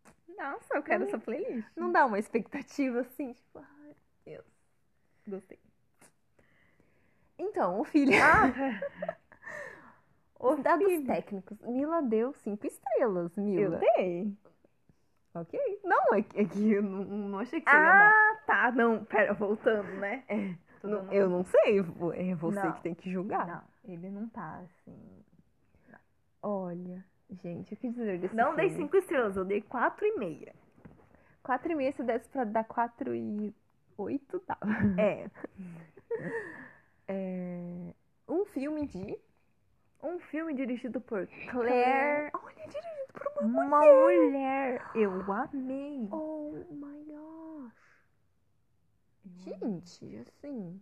S2: tipo,
S1: Nossa, eu quero
S2: Hum.
S1: essa playlist.
S2: não dá uma expectativa assim, tipo, ai, meu Deus.
S1: Gostei.
S2: Então, o
S1: Ah,
S2: filho.
S1: é.
S2: Os dados
S1: filho.
S2: técnicos. Mila deu cinco estrelas,
S1: eu
S2: Mila.
S1: dei.
S2: Ok. Não, é que, é que eu não, não achei que você ia dar.
S1: Ah, tá. Não, pera, voltando, né?
S2: É,
S1: Tô
S2: não-
S1: dando-
S2: eu não sei, vo- é você
S1: Não.
S2: que tem que julgar.
S1: Não, ele não tá assim.
S2: Olha, gente, o que dizer desse
S1: Não dei
S2: filme?
S1: 5 estrelas, eu dei 4,5.
S2: Quatro e meia, se desse pra dar quatro e oito, dava.
S1: É.
S2: É, Um filme de
S1: Um filme dirigido por
S2: Claire...
S1: Claire,
S2: Olha, dirigido por uma...
S1: uma mulher. Eu amei.
S2: Oh my gosh. Gente, assim.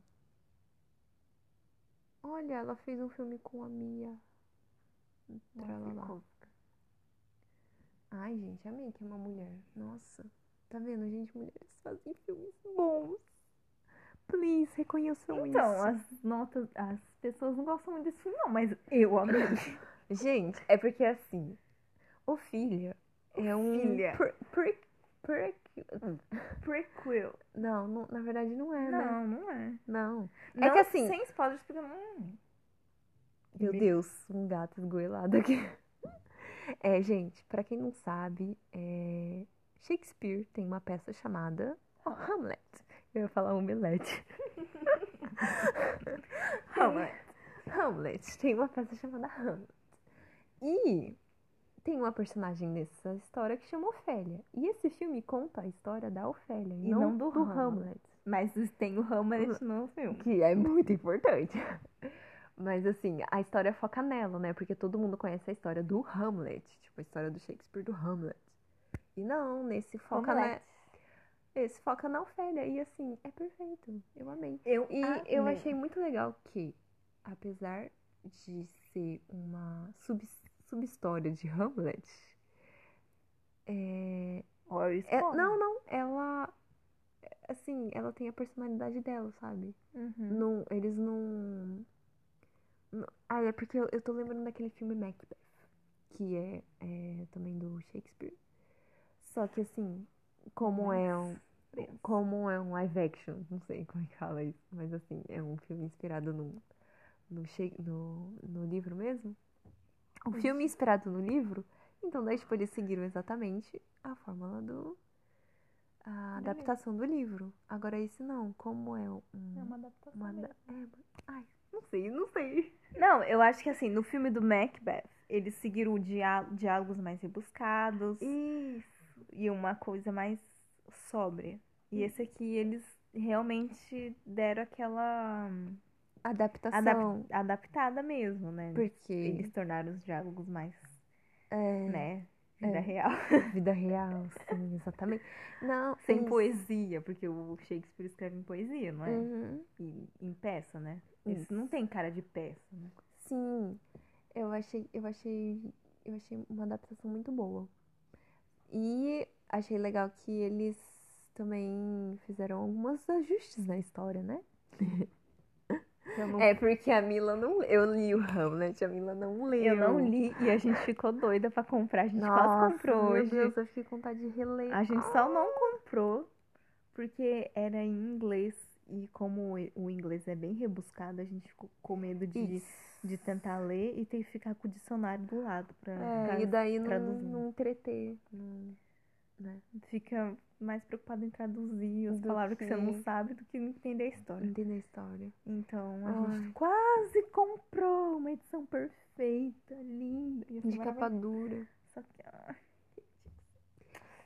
S2: Olha, ela fez um filme com a Mia. Tralala.
S1: Ficou-
S2: Ai, gente, amei que é uma mulher. Nossa. Tá vendo, gente? Mulheres fazem filmes bons. Please, reconheçam
S1: Então,
S2: isso.
S1: as notas, as pessoas não gostam muito desse filme, não, mas eu amei.
S2: Gente, é porque assim. O Filha é um.
S1: Filha.
S2: pre- pre- pre-
S1: Prequel.
S2: Não, não, na verdade não é, né?
S1: Não, não é.
S2: Não.
S1: Não,
S2: que assim-
S1: Sem spoilers, porque eu não.
S2: Meu
S1: Me-
S2: Deus, um gato esgoelado aqui. É, gente, pra quem não sabe, é, Shakespeare tem uma peça chamada Hamlet. Eu ia falar Omelete.
S1: Hamlet.
S2: Hamlet. Tem uma peça chamada Hamlet. E tem uma personagem nessa história que chama Ofélia. E esse filme conta a história da Ofélia e,
S1: E
S2: não,
S1: não do
S2: do
S1: Hamlet.
S2: Hamlet.
S1: Mas tem o Hamlet no filme.
S2: Que é muito importante. Mas assim, a história foca nela, né? Porque todo mundo conhece a história do Hamlet, tipo a história do Shakespeare do Hamlet. E não, nesse foca na,
S1: Hamlet.
S2: esse foca na Ofélia e assim, é perfeito. Eu amei.
S1: Eu
S2: E eu
S1: amei.
S2: achei muito legal que, apesar de ser uma sub, subhistória de Hamlet, é,
S1: Olha o
S2: é-
S1: spoiler.
S2: não, não, ela é, assim, ela tem a personalidade dela, sabe?
S1: Uhum.
S2: Não, eles não. não- Ah, é porque eu, eu tô lembrando daquele filme Macbeth, que é, é também do Shakespeare. Só que assim, como é um.
S1: Deus.
S2: Como é um live action, não sei como é que fala isso, mas assim, é um filme inspirado no, no, Shake- no, no livro mesmo. Um
S1: Pois
S2: filme inspirado no livro, então daí tipo, eles seguiram exatamente a fórmula do. A
S1: Do
S2: adaptação do livro. Agora, esse não, como é um.
S1: É uma adaptação
S2: Uma
S1: mesmo.
S2: da- é, mas- ai, não sei, não sei.
S1: Não, eu acho que assim, no filme do Macbeth, eles seguiram o diá- diálogos mais rebuscados
S2: Isso.
S1: e uma coisa mais sóbria. E
S2: Hum.
S1: esse aqui, eles realmente deram aquela
S2: Adaptação.
S1: adap- adaptada mesmo, né?
S2: Porque
S1: Eles tornaram os diálogos mais,
S2: é,
S1: né, vida
S2: É.
S1: real.
S2: vida real, sim, exatamente. Não,
S1: Sem
S2: isso.
S1: poesia, porque o Shakespeare escreve em poesia, não é?
S2: Uhum.
S1: E em peça, né?
S2: Isso.
S1: Esse não tem cara de peça, né?
S2: Sim, eu achei, eu achei, eu achei uma adaptação muito boa. E achei legal que eles também fizeram alguns ajustes na história, né?
S1: Eu não,
S2: É porque a Mila não, eu li o Hamlet, a Mila não leu.
S1: eu não li e a gente ficou doida pra comprar. A gente
S2: Nossa,
S1: quase comprou
S2: meu
S1: hoje.
S2: Deus, eu fiquei com vontade de reler.
S1: A gente só não comprou porque era em inglês e como o- o inglês é bem rebuscado, a gente ficou com medo de,
S2: Isso.
S1: de tentar ler e ter que ficar com o dicionário do lado pra
S2: É,
S1: ficar-
S2: e daí não,
S1: traduzindo.
S2: não né? treter. Não...
S1: fica mais preocupado em traduzir as
S2: Do
S1: palavras que... você não
S2: que-
S1: sabe do que entender a história.
S2: Entender a história.
S1: Então a gente
S2: Ai.
S1: quase comprou uma edição perfeita, linda. ia ser
S2: De capa
S1: maravilhosa.
S2: dura.
S1: Só que, ah.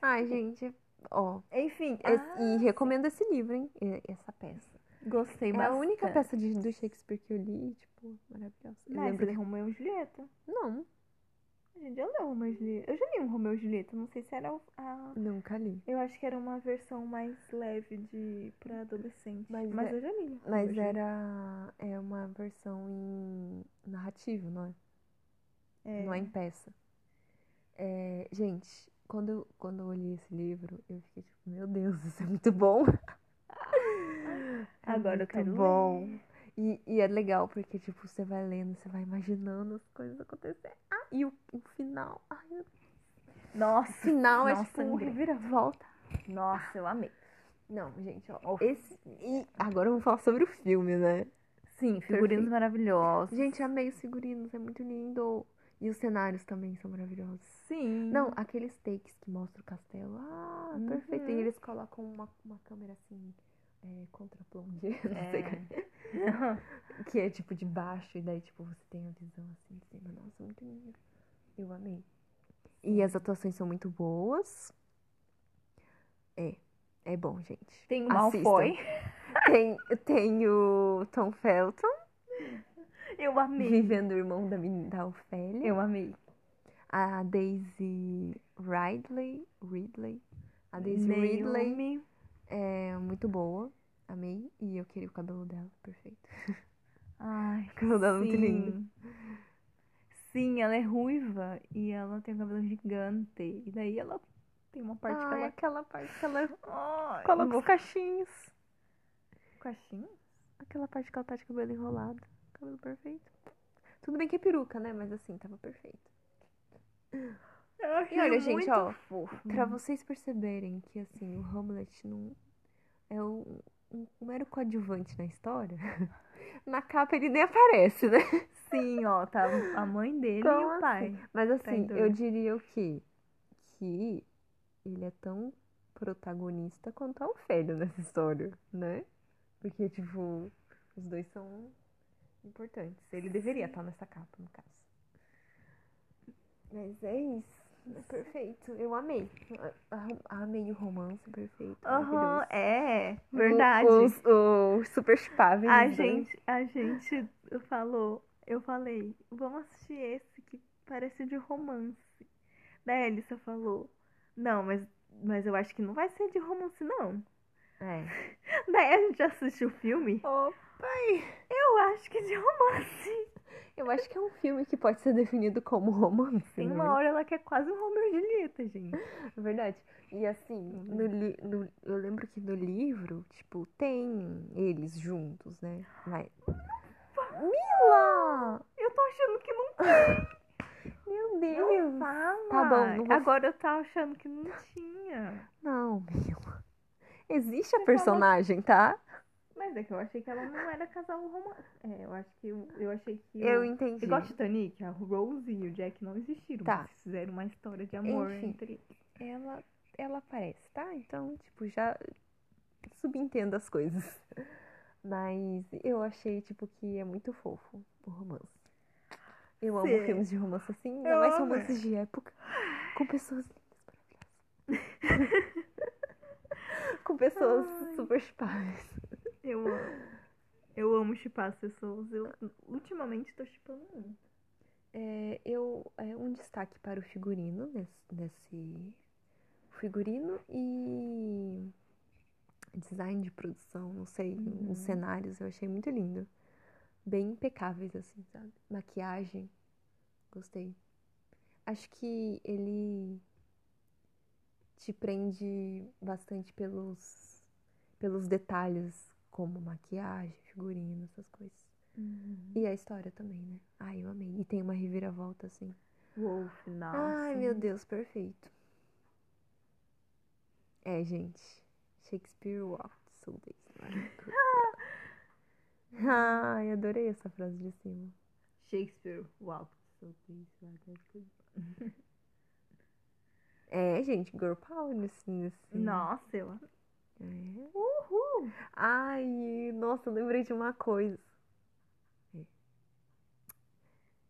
S2: Ai, gente, ó.
S1: Enfim,
S2: es-
S1: ah,
S2: E recomendo esse livro, hein? e- Essa peça.
S1: gostei
S2: É
S1: bastante.
S2: a única peça é- de- do Shakespeare que eu li, tipo, maravilhosa. Eu
S1: Mas
S2: lembro
S1: de Romeu e Julieta.
S2: que... Não,
S1: Gente, eu leio Romeu e Julieta. Eu já li um Romeu e Julieta, não sei se era o- a.
S2: nunca li.
S1: Eu acho que era uma versão mais leve de pra adolescente. Mas,
S2: Mas é-
S1: eu já li. Romeu e
S2: Mas
S1: Julieta.
S2: era é uma versão em narrativa, não é?
S1: É.
S2: Não é em peça. É, gente, quando eu, quando eu li esse livro, eu fiquei tipo, meu Deus, isso é muito bom. É
S1: Agora eu
S2: muito
S1: quero
S2: bom.
S1: ler.
S2: E, e é legal, porque, tipo, você vai lendo, você vai imaginando as coisas acontecendo. Ah, e o, o final. Ai, o
S1: Nossa,
S2: final é
S1: Nossa,
S2: tipo um
S1: André.
S2: reviravolta.
S1: nossa, eu amei.
S2: Não, gente, ó.
S1: Ó,
S2: Esse. E agora eu vou falar sobre o filme, né?
S1: Sim, figurinos
S2: Perfeito.
S1: maravilhosos.
S2: Gente, amei os figurinos, é muito lindo. E os cenários também são maravilhosos.
S1: sim.
S2: Não, aqueles takes que mostram o castelo. Ah,
S1: Uhum.
S2: perfeito. E eles colocam uma, uma câmera assim, é, contra plonge, não sei
S1: É.
S2: como é, que é tipo de baixo, e daí tipo você tem a visão assim de cima. Nossa, muito lindo. Eu amei. E as atuações são muito boas. É, é bom, gente.
S1: Tem o
S2: Assistam.
S1: Malfoy. Ah!
S2: Tem, tem o Tom Felton,
S1: Eu amei.
S2: vivendo o irmão da, meni- da Ofélia.
S1: Eu amei.
S2: A Daisy Ridley. Ridley. A Daisy Ridley
S1: Naomi.
S2: é muito boa. Amei. E eu queria o cabelo dela. Perfeito.
S1: Ai,
S2: cabelo dela é muito
S1: sim.
S2: lindo.
S1: Sim, ela é ruiva e ela tem um cabelo gigante. E daí ela tem uma parte que
S2: Ai,
S1: ela
S2: aquela parte que ela
S1: Ai,
S2: coloca
S1: vou-
S2: os cachinhos.
S1: Caixinha?
S2: Aquela parte que ela tá de cabelo enrolado. Cabelo perfeito. Tudo bem que é peruca, né? Mas assim, tava perfeito. É
S1: Eu achei
S2: E olha, gente,
S1: muito
S2: ó.
S1: fofo.
S2: Pra vocês perceberem que, assim, o Hamlet não é um, um, um mero coadjuvante na história, na capa ele nem aparece, né?
S1: Sim, ó, tá a mãe dele e
S2: Como
S1: o pai.
S2: Mas assim,
S1: Traidor.
S2: eu diria o quê? Que ele é tão protagonista quanto a Ofélia nessa história, né? Porque, tipo, os dois são tá importantes. Ele deveria estar nessa capa, no caso. Mas é isso. Perfeito, eu amei. A- a- Amei o romance perfeito.
S1: Aham,
S2: Tá maravilhoso.
S1: é, verdade.
S2: O, os- os super né? chupáveis.
S1: A
S2: dos dois.
S1: gente, a gente falou, eu falei, vamos assistir esse que parece de romance. Daí a Elissa falou, não, mas, mas eu acho que não vai ser de romance, não.
S2: É.
S1: Daí a gente assiste o filme, eu acho que é de romance.
S2: Eu acho que é um filme que pode ser definido como romance. né?
S1: Tem
S2: não
S1: uma hora ela que é quase um Romeo e Julieta, gente.
S2: É verdade. E assim,
S1: Uhum.
S2: no li- no- eu lembro que no livro, tipo, tem eles juntos, né? Mas... Mila!
S1: Eu tô achando que não
S2: Meu
S1: Não
S2: Deus!
S1: fala.
S2: Tá bom, não vou-
S1: Agora eu tava achando que não tinha.
S2: Não, Mila. Existe a
S1: Você falou-
S2: personagem, tá?
S1: Mas é que eu achei que ela não era casal romance. É, eu acho que eu, eu achei que
S2: Eu
S1: o-
S2: entendi.
S1: Igual Titanic, a Rose e o Jack não existiram,
S2: Tá.
S1: mas fizeram uma história de amor
S2: Enfim.
S1: entre.
S2: Ela, ela aparece, tá? Então, tipo, já subentenda as coisas. Mas eu achei, tipo, que é muito fofo o romance. Eu amo
S1: Sim.
S2: filmes de romance assim, ainda
S1: Eu
S2: mais
S1: amo.
S2: romances de época, com pessoas lindas, maravilhosas. com pessoas
S1: Ai.
S2: super chipáveis.
S1: Eu amo. Eu amo chipar as pessoas. Eu ultimamente tô chipando muito.
S2: É, eu, é um destaque para o figurino nesse, nesse figurino e design de produção, não sei,
S1: Uhum.
S2: os cenários eu achei muito lindo. Bem impecáveis, assim, sabe? Maquiagem, gostei. Acho que ele te prende bastante pelos, pelos detalhes, como maquiagem, figurino, essas coisas. E a história também, né? Ai, eu amei. E tem uma reviravolta assim.
S1: Uou, final.
S2: Ai,
S1: assim.
S2: meu Deus, perfeito. É, gente. Shakespeare walked so days. Ai, adorei essa frase de cima.
S1: Shakespeare walked so things like that could-
S2: É, gente, girl power nesse. nesse...
S1: Nossa, eu amo.
S2: É.
S1: Uhul!
S2: Ai, nossa, eu lembrei de uma coisa.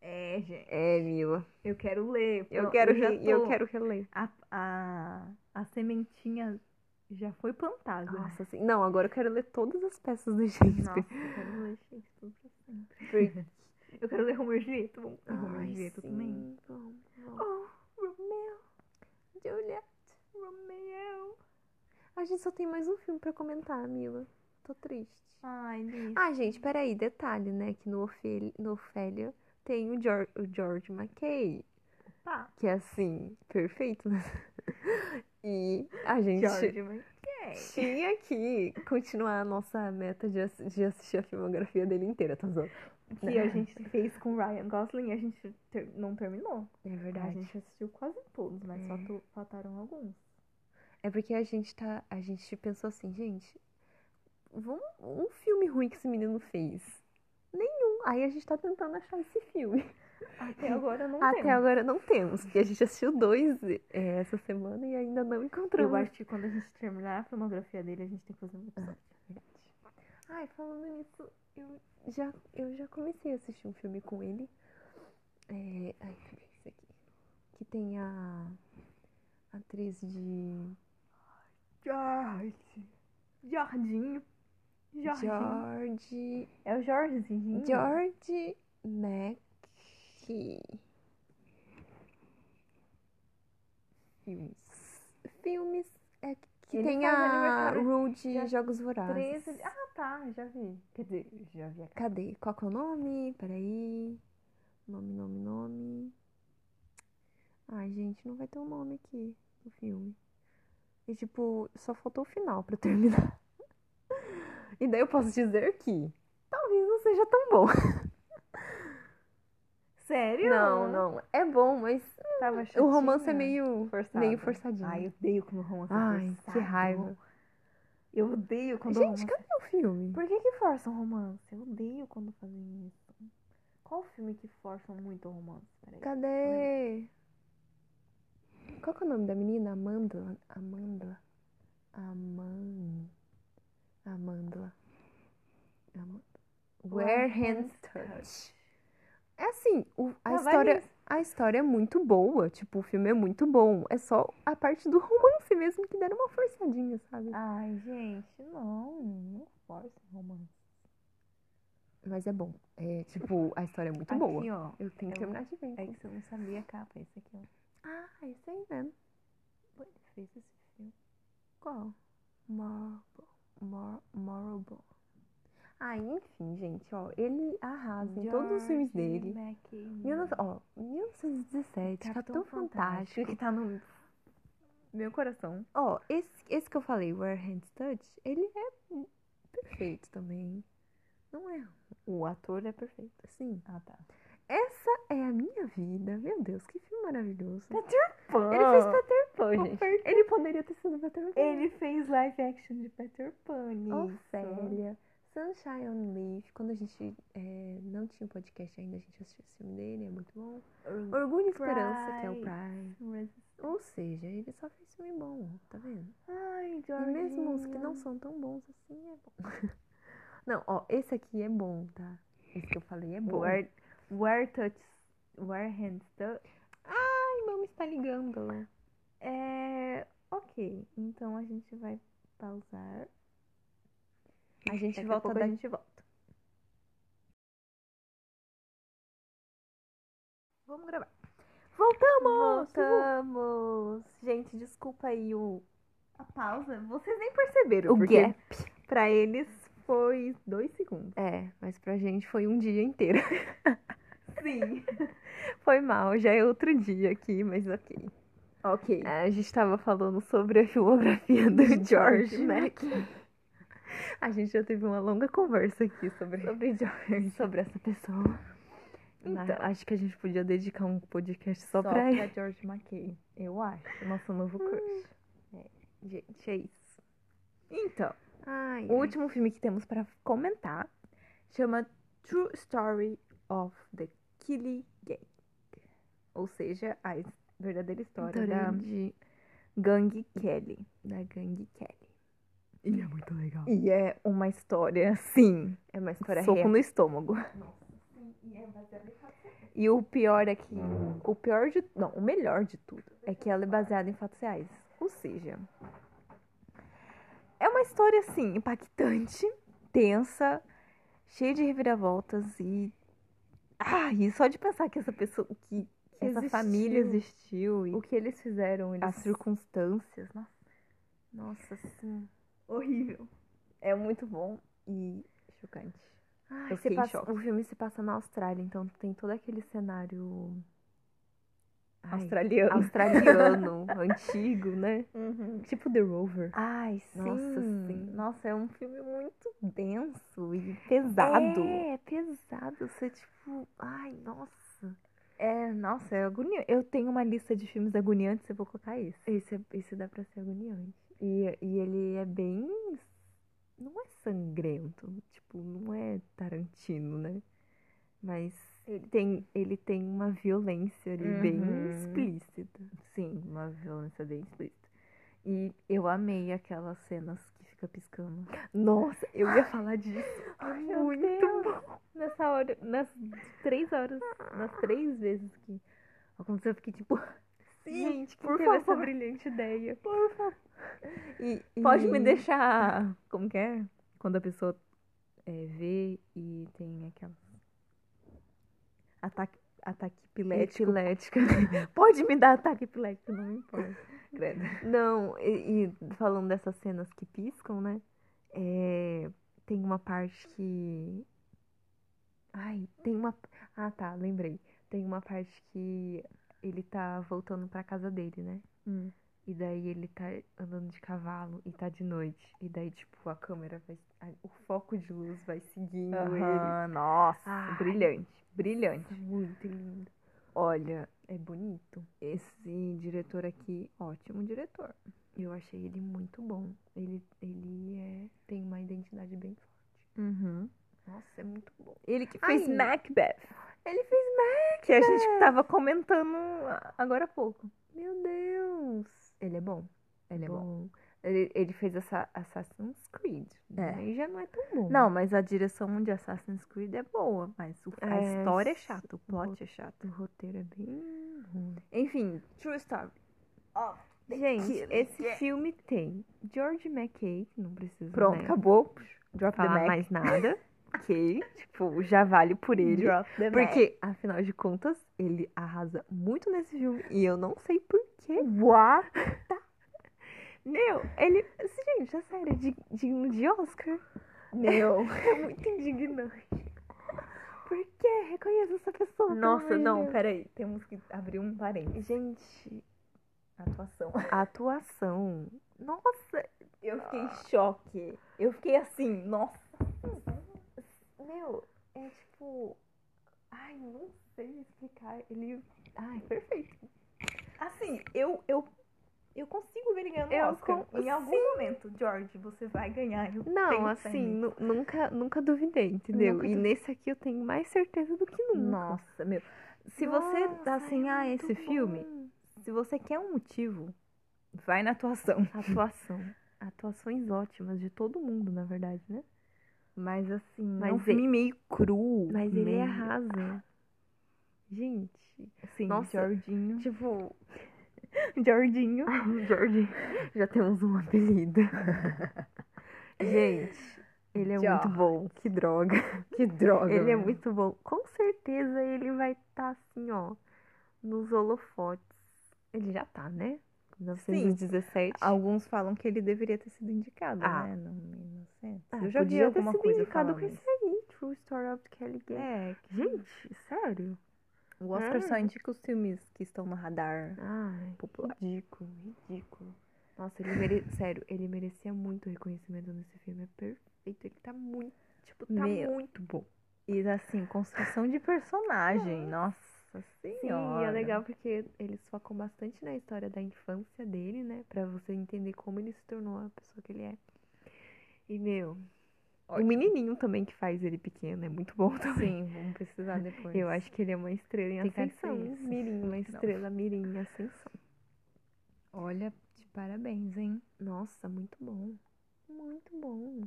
S1: É, gente.
S2: É, Mila.
S1: Eu quero ler.
S2: Eu
S1: Pro-
S2: quero
S1: já
S2: re- eu
S1: tô-
S2: quero reler.
S1: A, a, a sementinha já foi plantada.
S2: Nossa, assim. Não, agora eu quero ler todas as peças do Shakespeare.
S1: Nossa, eu quero ler Shakespeare pra sempre.
S2: Porque-
S1: Eu quero ler Romeu e Julieta. Vamos ler Romeu e
S2: Ai,
S1: Julieta também.
S2: sim, vamos, vamos.
S1: Oh, Romeu,
S2: Julia,
S1: Romeu.
S2: a gente só tem mais um filme pra comentar, Mila. Tô triste.
S1: Ai, Liz.
S2: Ah, gente, peraí, detalhe, né? Que no, Ofel no Ofélia tem o, Geor- o George McKay,
S1: Pá.
S2: que é assim, perfeito, né? E a gente
S1: George McKay.
S2: tinha que continuar a nossa meta de, ass- de assistir a filmografia dele inteira, tá zoando?
S1: Que a gente fez com Ryan Gosling e a gente ter- não terminou.
S2: É
S1: A
S2: verdade.
S1: gente assistiu quase todos, mas só tu- faltaram alguns.
S2: É porque a gente tá. A gente pensou assim, gente, vamos, um filme ruim que esse menino fez. Nenhum. Aí a gente tá tentando achar esse filme.
S1: Até agora não
S2: Até
S1: temos.
S2: agora não temos, porque a gente assistiu dois é, essa semana e ainda não encontramos.
S1: Eu acho que quando a gente terminar a filmografia dele, a gente tem que fazer um episódio.
S2: Ai, falando nisso, eu já, eu já comecei a assistir um filme com ele. É, ai, cadê esse aqui? Que tem a a atriz de
S1: Ah. George. Jorginho. Jorginho.
S2: George
S1: É o Jorginho.
S2: George Mackey. Filmes. Filmes é que
S1: Ele
S2: tem
S1: faz
S2: a
S1: aniversário
S2: Rule de
S1: dia
S2: Jogos Vorazes.
S1: 13. Ah, tá, já vi. Quer dizer, já vi a cara.
S2: Cadê? Qual que é o nome? Peraí. Nome, nome, nome. Ai, gente, não vai ter o nome aqui do filme. E, tipo, só faltou o final pra eu terminar. E daí eu posso dizer que talvez não seja tão bom.
S1: Sério?
S2: Não, não. É bom, mas
S1: Tava
S2: o romance é
S1: chatinha.
S2: meio
S1: Forçado.
S2: meio forçadinho.
S1: Ai, eu odeio quando o romance é
S2: Ai,
S1: forçado.
S2: que raiva.
S1: Eu odeio quando o
S2: Gente,
S1: romance... é
S2: cadê É o filme?
S1: Por que que forçam romance? Eu odeio quando fazem isso. Qual filme que forçam muito o romance? Peraí.
S2: Cadê? Qual que é o nome da menina? Amanda, Amanda, Aman, Amanda, Amanda. Where hands touch. É assim, o- a
S1: Lá vai
S2: história,
S1: nisso.
S2: A história é muito boa, tipo, o filme é muito bom. É só a parte do romance mesmo que deram uma forçadinha, sabe?
S1: Ai, gente, não. Não força romance.
S2: Mas é bom. É, tipo, a história é muito boa.
S1: Aqui, ó.
S2: Eu tenho que
S1: é um-
S2: terminar de ver.
S1: É
S2: então.
S1: que você não sabia a capa. Esse aqui, é um- ó.
S2: Ah, isso aí mesmo.
S1: Pô, Ele fez esse filme.
S2: Qual? Marble. Mar Marble. Ah, enfim, gente, ó. Ele arrasa em Ah, todos os filmes
S1: George
S2: dele.
S1: Mackay.
S2: 19, ó,
S1: Tá
S2: 1917, Capitão Fantástico.
S1: Que é tá no meu coração.
S2: Ó, esse, esse que eu falei, Where Hands Touch, ele é perfeito também. Não é?
S1: O ator é perfeito.
S2: Sim.
S1: Ah, tá.
S2: Essa é a minha vida. Meu Deus, que filme maravilhoso.
S1: Tá Ele fez Peter Pan,
S2: Pô,
S1: gente.
S2: per- Ele poderia ter sido Peter Pan.
S1: Ele fez Oh, live action de Peter Pan. isso.
S2: Ofélia, Sunshine on Leaf. Quando a gente é, não tinha podcast ainda, a gente assistia esse filme dele, é muito bom. Orgulho e Esperança, que é o
S1: Pride.
S2: Pride. Ou seja, ele só fez filme bom, tá vendo?
S1: Ai,
S2: E
S1: Jorginho.
S2: mesmo os que não são tão bons assim é bom. Não, ó, esse aqui é bom, tá? Esse que eu falei é bom.
S1: Where, where touch... Where hands touch...
S2: Ai, mamãe está tá ligando. né?
S1: É... Ok. Então a gente vai pausar.
S2: A gente
S1: Daqui
S2: volta
S1: a pouco
S2: da...
S1: a gente volta. Vamos gravar.
S2: Voltamos!
S1: Voltamos!
S2: Gente, desculpa aí o,
S1: A pausa, vocês nem perceberam,
S2: o
S1: porque
S2: gap.
S1: pra eles foi dois segundos.
S2: É, mas pra gente foi um dia inteiro.
S1: Sim.
S2: Foi mal, já é outro dia aqui, mas ok.
S1: ok.
S2: É, a gente tava falando sobre a filmografia do George Mac. A gente já teve uma longa conversa aqui sobre,
S1: Sobre George.
S2: sobre essa pessoa.
S1: Então.
S2: Mas acho que a gente podia dedicar um podcast só,
S1: Só
S2: pra ele. Hum.
S1: pra George McKay, eu acho. Nosso novo crush.
S2: Gente, é isso.
S1: Então,
S2: Ai,
S1: o último filme que temos pra comentar chama True Story of the Killy Gang. Ou seja, a his- verdadeira história da
S2: de,
S1: Gang Kelly.
S2: da Gang Kelly. E é muito legal.
S1: E é uma história, sim,
S2: É uma história
S1: soco
S2: real.
S1: no estômago.
S2: E o pior é que... O pior de... Não, o melhor de tudo é que ela é baseada em fatos reais.
S1: Ou seja, é uma história assim, impactante, tensa, cheia de reviravoltas e. Ah, e só de pensar que essa pessoa. que, que essa
S2: Existiu.
S1: família existiu e
S2: O que eles fizeram, eles...
S1: as circunstâncias. Nossa,
S2: Nossa, sim.
S1: horrível. É muito bom e chocante.
S2: Ai,
S1: Eu
S2: se
S1: fiquei em
S2: passa-
S1: choque.
S2: O filme se passa na Austrália, então tem todo aquele cenário... Ai,
S1: Australiano.
S2: australiano, antigo, né? Tipo The Rover.
S1: uhum. Ai, sim.
S2: Nossa,
S1: Nossa,
S2: sim.
S1: Nossa, é um filme muito denso e pesado.
S2: É, é pesado. Você, tipo, ai, nossa.
S1: É, nossa, é agoniante. Eu tenho uma lista de filmes agoniantes, eu vou colocar esse.
S2: Esse, é- esse dá pra ser agoniante. E, e ele é bem. Não é sangrento. Tipo, não é Tarantino, né? Mas ele tem, ele tem uma violência ali bem
S1: Uhum.
S2: explícita.
S1: Sim, uma violência bem explícita.
S2: E eu amei aquelas cenas que fica piscando.
S1: Nossa, eu ia falar disso.
S2: Ai, meu
S1: muito
S2: Deus.
S1: bom. Nessa hora, nas três horas, nas três vezes que aconteceu, eu fiquei tipo,
S2: Gente, que
S1: por
S2: teve essa
S1: favor.
S2: brilhante ideia.
S1: por favor.
S2: E,
S1: Pode
S2: e-
S1: me deixar.
S2: Como que é? Quando a pessoa é, vê e tem aquela
S1: Ataque, ataque epilético.
S2: epilética.
S1: Pode me dar ataque epilético, não me importa. Credo.
S2: Não, e, e falando dessas cenas que piscam, né? É, tem uma parte que. Ai, tem uma. Ah, tá, lembrei. Tem uma parte que ele tá voltando pra casa dele, né?
S1: Hum.
S2: E daí ele tá andando de cavalo e tá de noite. E daí, tipo, a câmera vai. a- O foco de luz vai seguindo ele.
S1: Aham, Nossa,
S2: Ai.
S1: Ah. brilhante, brilhante.
S2: Muito lindo.
S1: Olha,
S2: É bonito. Esse diretor aqui, ótimo diretor. Eu achei ele muito bom. Ele, ele é, tem uma identidade bem forte. Nossa, é muito bom.
S1: ele que
S2: Ai,
S1: fez Macbeth,
S2: Ele fez.
S1: que a gente tava comentando agora há pouco.
S2: Meu Deus! Ele é bom. Ele é bom. Ele, ele fez essa Assassin's Creed.
S1: É.
S2: Aí já não é tão bom.
S1: Não,
S2: mas a direção de Assassin's Creed é boa, mas
S1: a história é chata, o plot
S2: é chato. O roteiro é bem ruim.
S1: Enfim, True Story.
S2: Gente,
S1: Aquilo
S2: esse
S1: que é.
S2: filme tem George McKay, que não precisa
S1: Pronto,
S2: né,
S1: acabou. Drop the
S2: falar
S1: mic.
S2: mais nada. que, tipo, já vale por ele.
S1: Drop the mic.
S2: Porque, afinal de contas, ele arrasa muito nesse filme e eu não sei porquê.
S1: What?
S2: Meu, ele. Gente, é sério, é dig- digno de Oscar.
S1: Meu.
S2: É muito indignante. Por quê? Reconheça essa pessoa. pelo amor
S1: Nossa,
S2: de
S1: não,
S2: Deus.
S1: peraí. Temos que abrir um parênteses.
S2: Gente,
S1: Atuação.
S2: a atuação. Nossa,
S1: Eu fiquei em choque. Eu fiquei assim, nossa.
S2: meu, é tipo. Ai, não sei explicar. Ele. Ai, perfeito.
S1: Assim, eu, eu, eu consigo ver ele ganhando
S2: Eu
S1: Oscar.
S2: con-
S1: Em algum
S2: sim.
S1: momento, George, você vai ganhar. Eu tenho
S2: Não,
S1: fé
S2: assim,
S1: nisso.
S2: nu- nunca, nunca duvidei, entendeu?
S1: Nunca
S2: e
S1: duvidei.
S2: nesse aqui eu tenho mais certeza do que nunca. é
S1: Nossa, meu. Se você tá assim, ah, esse filme, se você quer um motivo, vai na atuação.
S2: Atuação. Atuações ótimas de todo mundo, na verdade, né?
S1: Mas assim,
S2: Mas
S1: é um
S2: ele-
S1: filme meio cru. né?
S2: Mas ele é
S1: meio... Ah. Hum.
S2: arrasa. Gente.
S1: Sim,
S2: Nossa.
S1: Jorginho.
S2: Tipo,
S1: Jorginho.
S2: Jorge, já temos um apelido. Gente, ele é
S1: Jorge.
S2: muito bom. Que droga.
S1: Que droga.
S2: Ele é muito bom. Com certeza ele vai estar assim, ó, nos holofotes. Ele já tá, né? 1917.
S1: Alguns falam que ele deveria ter sido indicado,
S2: Ah.
S1: né? No Inocentes.
S2: Ah,
S1: Eu já vi
S2: podia ter
S1: alguma
S2: sido
S1: coisa
S2: indicado
S1: falando
S2: com
S1: isso.
S2: isso aí, True Story of Kelly Gay.
S1: É,
S2: Gente, sério?
S1: o Oscar
S2: Ah.
S1: só indica os filmes que estão no radar
S2: Ai,
S1: popular.
S2: ridículo, ridículo. Nossa, ele mere... sério, ele merecia muito reconhecimento nesse filme. É perfeito. Ele tá muito, tipo, tá
S1: Meu.
S2: muito bom.
S1: E assim, construção de personagem. Nossa
S2: Sim,
S1: senhora.
S2: é legal porque eles focam bastante na história da infância dele, né? Pra você entender como ele se tornou a pessoa que ele é. E, meu, o
S1: Ótimo.
S2: menininho também que faz ele pequeno é muito bom também.
S1: Sim, vamos precisar depois.
S2: Eu acho que ele é uma estrela em
S1: Tem que
S2: ascensão. um
S1: ser isso.
S2: Mirim, uma estrela mirim em ascensão.
S1: Olha, de parabéns, hein?
S2: Nossa, muito bom. Muito bom.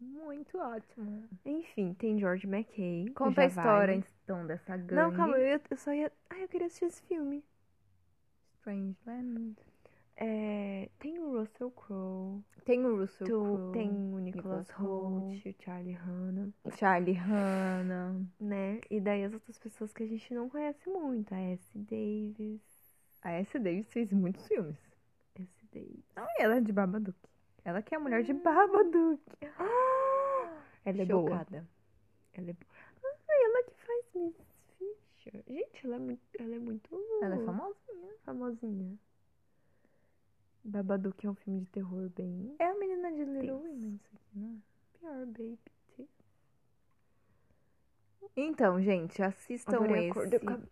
S1: Muito ótimo.
S2: Enfim, tem George McKay.
S1: Conta
S2: já
S1: a história,
S2: vale.
S1: então, dessa gangue.
S2: Não, calma, eu, ia- eu só ia. Ai, eu queria assistir esse filme.
S1: Strangeland.
S2: É, tem o Russell Crowe,
S1: Tem o Russell
S2: tu-
S1: Crowe.
S2: tem o Nicholas
S1: Nicholas Hoult,
S2: Holt, o Charlie Hanna,
S1: Charlie Hanna.
S2: né? E daí as outras pessoas que a gente não conhece muito, a S. Davis,
S1: A S. Davis fez muitos filmes.
S2: S. Davis.
S1: Não, e ela é de Babadook. Ela que é a mulher de Babadook.
S2: Ela é boa.
S1: Chocada.
S2: Ela é boa. Ah, ela que faz Miss Fisher. Gente, ela é muito, ela é muito
S1: Ela é famosinha.
S2: famosinha. Babadook é um filme de terror bem
S1: É a menina de Little
S2: Tem.
S1: Women, isso aqui, não é?
S2: pior, baby.
S1: Então, gente, assistam
S2: Adorei a cor do
S1: esse.
S2: cab-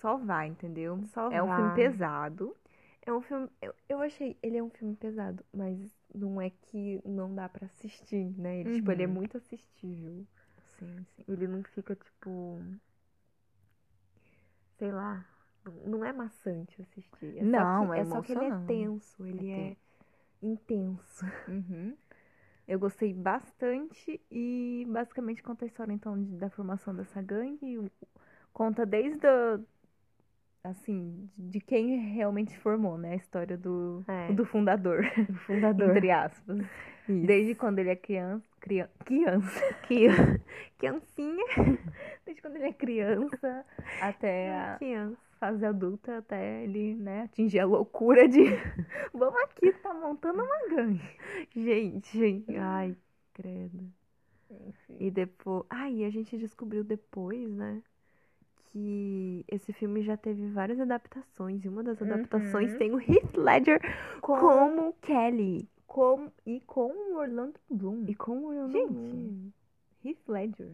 S1: Só vai, entendeu?
S2: Só
S1: é um filme
S2: vai.
S1: pesado.
S2: É um filme. Eu, eu achei. Ele é um filme pesado, mas não é que não dá pra assistir, né? Ele, Tipo, ele é
S1: Uhum.
S2: muito assistível.
S1: Sim, sim.
S2: Ele não fica, tipo. Sei lá. não- Não é maçante assistir. É só
S1: Não,
S2: que-
S1: é
S2: só que ele é
S1: emocionante.
S2: tenso, ele é,
S1: tenso.
S2: intenso.
S1: Uhum. Eu gostei bastante e basicamente conta a história então de- da formação dessa gangue, o- conta desde a, assim, de quem realmente formou, né, a história do
S2: É.
S1: do fundador,
S2: O fundador.
S1: entre aspas. Desde quando ele é criança, criança, criança,
S2: que Criancinha.
S1: desde quando ele é criança até a
S2: Criança.
S1: fase adulta, até ele, né, atingir a loucura de vamos aqui, tá montando uma gangue.
S2: Gente, gente. Ai, credo.
S1: Enfim.
S2: E depois. Ah, e a gente descobriu depois, né? Que esse filme já teve várias adaptações. E uma das adaptações
S1: Uhum.
S2: tem o Heath Ledger
S1: Com-
S2: como Kelly.
S1: Com, e com o Orlando Bloom.
S2: E como eu não.
S1: Gente. Heath Ledger.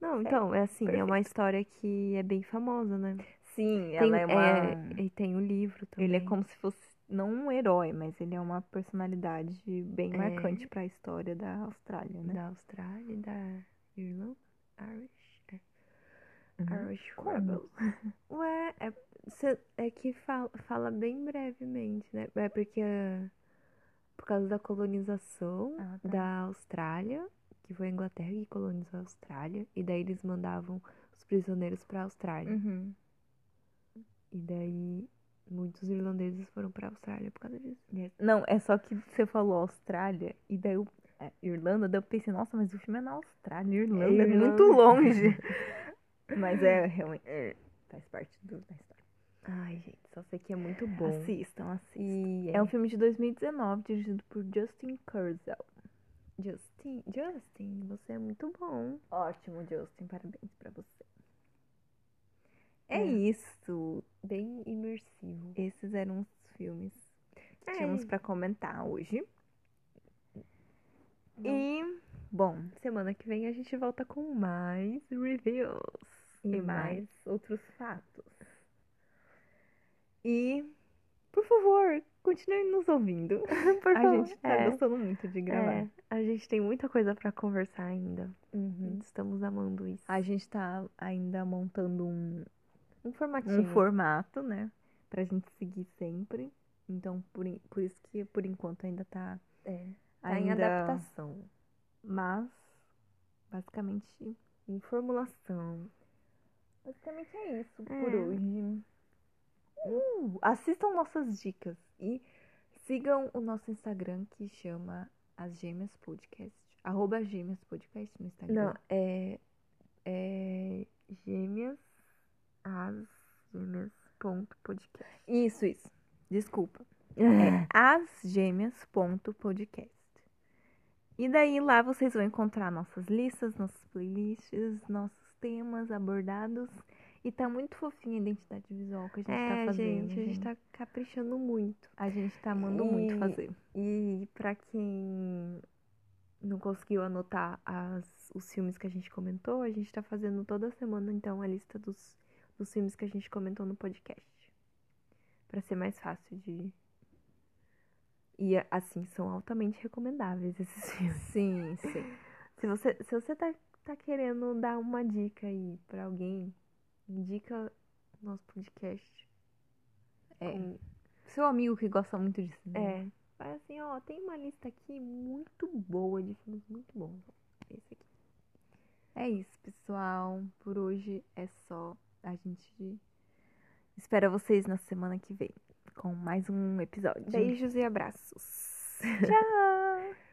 S2: Não, então, é assim, é uma história que é bem famosa, né?
S1: Sim,
S2: Tem-
S1: ela é uma.
S2: E tem o livro também.
S1: Ele é como se fosse não um herói, mas ele é uma personalidade bem
S2: É.
S1: marcante pra história da Austrália, né?
S2: Da Austrália e da Irlanda. Irish. É.
S1: Uhum.
S2: Irish
S1: Como?
S2: Rebels. Ué, é, cê- é que fala, fala bem brevemente, né? É porque. ah, causa da colonização
S1: Ah, tá.
S2: da Austrália, que foi a Inglaterra que colonizou a Austrália, e daí eles mandavam os prisioneiros pra Austrália.
S1: Uhum.
S2: E daí muitos irlandeses foram pra Austrália por causa disso.
S1: Não, é só que você falou Austrália e daí eu, é, Irlanda, daí eu pensei, nossa, mas o filme é na Austrália, Irlanda, é
S2: Irlanda.
S1: muito longe. mas é realmente é, faz parte do, da história.
S2: Ai, gente, só sei que é muito bom.
S1: Assistam, assistam.
S2: E
S1: É um filme de 2019 dirigido por Justin Kurzel.
S2: Justin, Justin, você é muito bom.
S1: Ótimo, Justin, parabéns pra você.
S2: É.
S1: É isso.
S2: Bem imersivo.
S1: Esses eram os filmes que
S2: É.
S1: tínhamos pra comentar hoje.
S2: Não.
S1: E, bom,
S2: Semana que vem a gente volta com mais reviews
S1: e
S2: e mais
S1: mais outros fatos. E, por favor, continuem nos ouvindo.
S2: Por
S1: A
S2: favor.
S1: gente tá
S2: É,
S1: gostando muito de gravar.
S2: é, a gente tem muita coisa pra conversar ainda.
S1: Uhum.
S2: Estamos amando isso.
S1: A gente tá ainda montando um,
S2: Um formatinho.
S1: um formato, né? Pra gente seguir sempre. Então, por, en- por isso que por enquanto ainda tá,
S2: É. Tá em
S1: ainda,
S2: adaptação.
S1: Mas, basicamente,
S2: Em formulação.
S1: basicamente é isso
S2: por
S1: hoje. assistam nossas dicas e sigam o nosso Instagram que chama As Gêmeas Podcast. Arroba Gêmeas Podcast no Instagram.
S2: Não, é. É. Gêmeas. As. Gêmeas. Ponto podcast.
S1: Isso, isso. Desculpa. É asgêmeas.podcast. E daí lá vocês vão encontrar nossas listas, nossas playlists, nossos temas abordados. E tá muito fofinha a identidade visual que a gente tá
S2: É,
S1: fazendo.
S2: gente, a gente tá caprichando muito.
S1: a gente tá amando muito
S2: E-
S1: fazer.
S2: E pra quem não conseguiu anotar as- os filmes que a gente comentou, a gente tá fazendo toda semana, então, a lista dos, dos filmes que a gente comentou no podcast. Pra ser mais fácil de. E a- assim, são altamente recomendáveis esses filmes.
S1: Sim, sim.
S2: Se você, se você tá, tá querendo dar uma dica aí pra alguém, indica o nosso podcast.
S1: É.
S2: com-
S1: Seu amigo que gosta muito né? de cinema.
S2: é. Vai assim, ó, tem uma lista aqui muito boa de filmes muito bons. Esse aqui.
S1: É isso, pessoal. Por hoje é só. A gente espera vocês na semana que vem com mais um episódio.
S2: Beijos e abraços.
S1: Tchau!